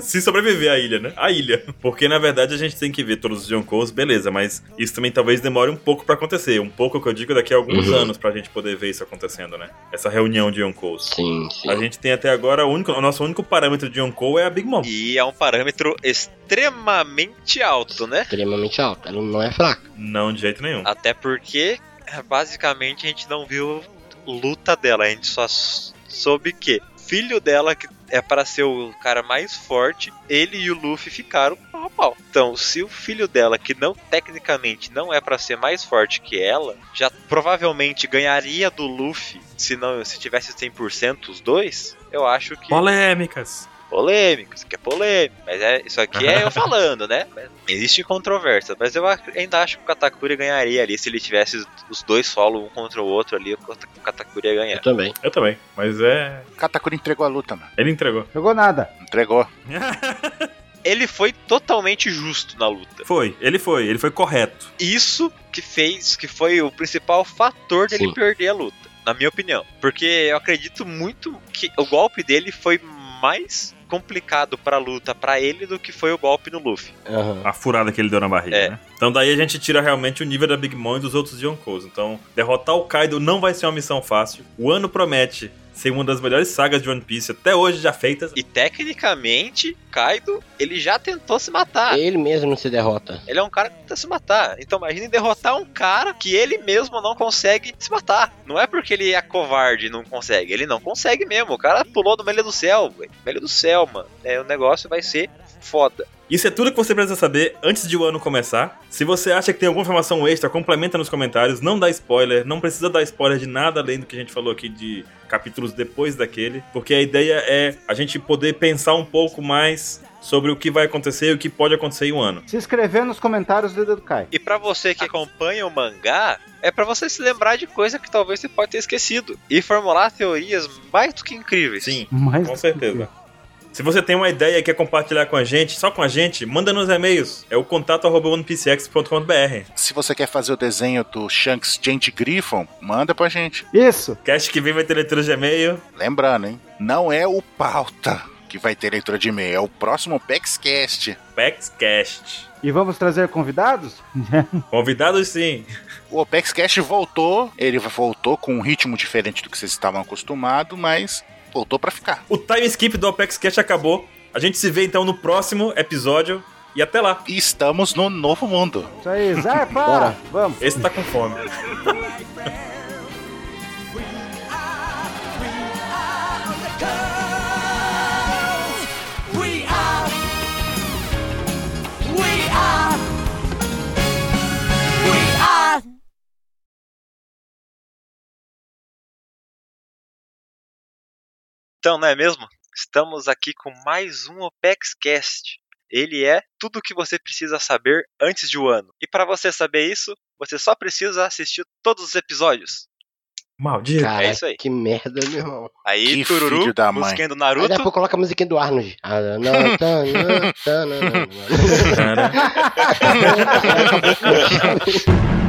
Speaker 1: Se sobreviver à ilha, né? A ilha. Porque, na verdade, a gente tem que ver todos os Yonkous, beleza, mas isso também talvez demore um pouco pra acontecer. Um pouco que eu digo daqui a alguns anos pra gente poder ver isso acontecendo, né? Essa reunião de Yonkous.
Speaker 2: Sim, sim.
Speaker 1: A gente tem até agora, o, único, o nosso único parâmetro de Yonkou é a Big Mom.
Speaker 4: E é um parâmetro extremamente alto, né?
Speaker 2: Extremamente alta. Ela não é fraca.
Speaker 1: Não, de jeito nenhum.
Speaker 4: Até porque, basicamente, a gente não viu luta dela. A gente só s- soube que filho dela, que é para ser o cara mais forte, ele e o Luffy ficaram pau a pau. Então, se o filho dela, que não tecnicamente não é para ser mais forte que ela, já provavelmente ganharia do Luffy se não se tivesse 100% os dois, eu acho que...
Speaker 1: Polêmicas.
Speaker 4: Polêmico, isso aqui é polêmico, mas é, isso aqui é eu falando, né? Existe controvérsia, mas eu ac- ainda acho que o Katakuri ganharia ali se ele tivesse os- os dois solo um contra o outro ali, o Kata- o Katakuri ia
Speaker 2: Eu
Speaker 4: ganhar.
Speaker 2: também.
Speaker 1: Eu também. Mas é.
Speaker 3: Katakuri entregou a luta, mano.
Speaker 1: Ele entregou.
Speaker 5: Jogou nada.
Speaker 3: Entregou.
Speaker 4: Ele foi totalmente justo na luta.
Speaker 1: (laughs) Foi, ele foi, ele foi correto.
Speaker 4: Isso que fez, que foi o principal fator dele
Speaker 2: Sim.
Speaker 4: perder a luta, na minha opinião. Porque eu acredito muito que o golpe dele foi mais complicado pra luta pra ele do que foi o golpe no Luffy.
Speaker 2: Aham.
Speaker 1: A furada que ele deu na barriga,
Speaker 4: É.
Speaker 1: né? Então daí a gente tira realmente o nível da Big Mom e dos outros Yonkous. Então, derrotar o Kaido não vai ser uma missão fácil. O ano promete ser uma das melhores sagas de One Piece até hoje já feitas.
Speaker 4: E tecnicamente, Kaido, ele já tentou se matar.
Speaker 2: Ele mesmo não se derrota.
Speaker 4: Ele é um cara que tenta se matar. Então imagine derrotar um cara que ele mesmo não consegue se matar. Não é porque ele é covarde e não consegue. Ele não consegue mesmo. O cara pulou do meio do céu, velho. Meio do céu, mano. É, o negócio vai ser foda.
Speaker 1: Isso é tudo que você precisa saber antes de o ano começar. Se você acha que tem alguma informação extra, complementa nos comentários. Não dá spoiler, não precisa dar spoiler de nada além do que a gente falou aqui de capítulos depois daquele, porque a ideia é a gente poder pensar um pouco mais sobre o que vai acontecer e o que pode acontecer em um ano.
Speaker 5: Se inscrever nos comentários do Dedo Kai.
Speaker 4: E pra você que acompanha o mangá, é pra você se lembrar de coisa que talvez você pode ter esquecido e formular teorias mais do que incríveis.
Speaker 1: Sim.
Speaker 5: Mas
Speaker 1: Com certeza. Se você tem uma ideia e quer compartilhar com a gente, só com a gente, manda nos e-mails. É o contato arroba onepcx.com.br.
Speaker 3: Se você quer fazer o desenho do Shanks Gente Griffon, manda pra gente.
Speaker 5: Isso.
Speaker 1: Cast que vem vai ter leitura de e-mail.
Speaker 3: Lembrando, hein? Não é o pauta. que vai ter leitura de e-mail. É o próximo PEXCast.
Speaker 1: PEXCast.
Speaker 5: E vamos trazer convidados?
Speaker 1: Convidados sim.
Speaker 3: O PEXCast voltou, ele voltou com um ritmo diferente do que vocês estavam acostumados, mas voltou pra ficar.
Speaker 1: O time skip do Apex Cash acabou. A gente se vê então no próximo episódio e até lá.
Speaker 3: E estamos no novo mundo.
Speaker 5: Isso aí, Zé, para!
Speaker 2: Bora.
Speaker 5: Vamos!
Speaker 1: Esse tá com fome.
Speaker 7: We are. We are. We are.
Speaker 4: Então, não é mesmo? Estamos aqui com mais um OpexCast. Ele é tudo o que você precisa saber antes de um ano. E para você saber isso, você só precisa assistir todos os episódios.
Speaker 1: Maldito.
Speaker 2: Caraca,
Speaker 4: É isso aí.
Speaker 2: que merda, meu irmão.
Speaker 4: Aí,
Speaker 3: Que
Speaker 4: tururu,
Speaker 3: filho da mãe.
Speaker 4: musiquinha do
Speaker 2: Aí daqui a
Speaker 4: Naruto.
Speaker 2: pouco coloca a musiquinha do Arnold. Ah, não, não, tá, não, tá, não, não, não.
Speaker 1: Cara.
Speaker 4: (laughs)
Speaker 2: Acabou com isso.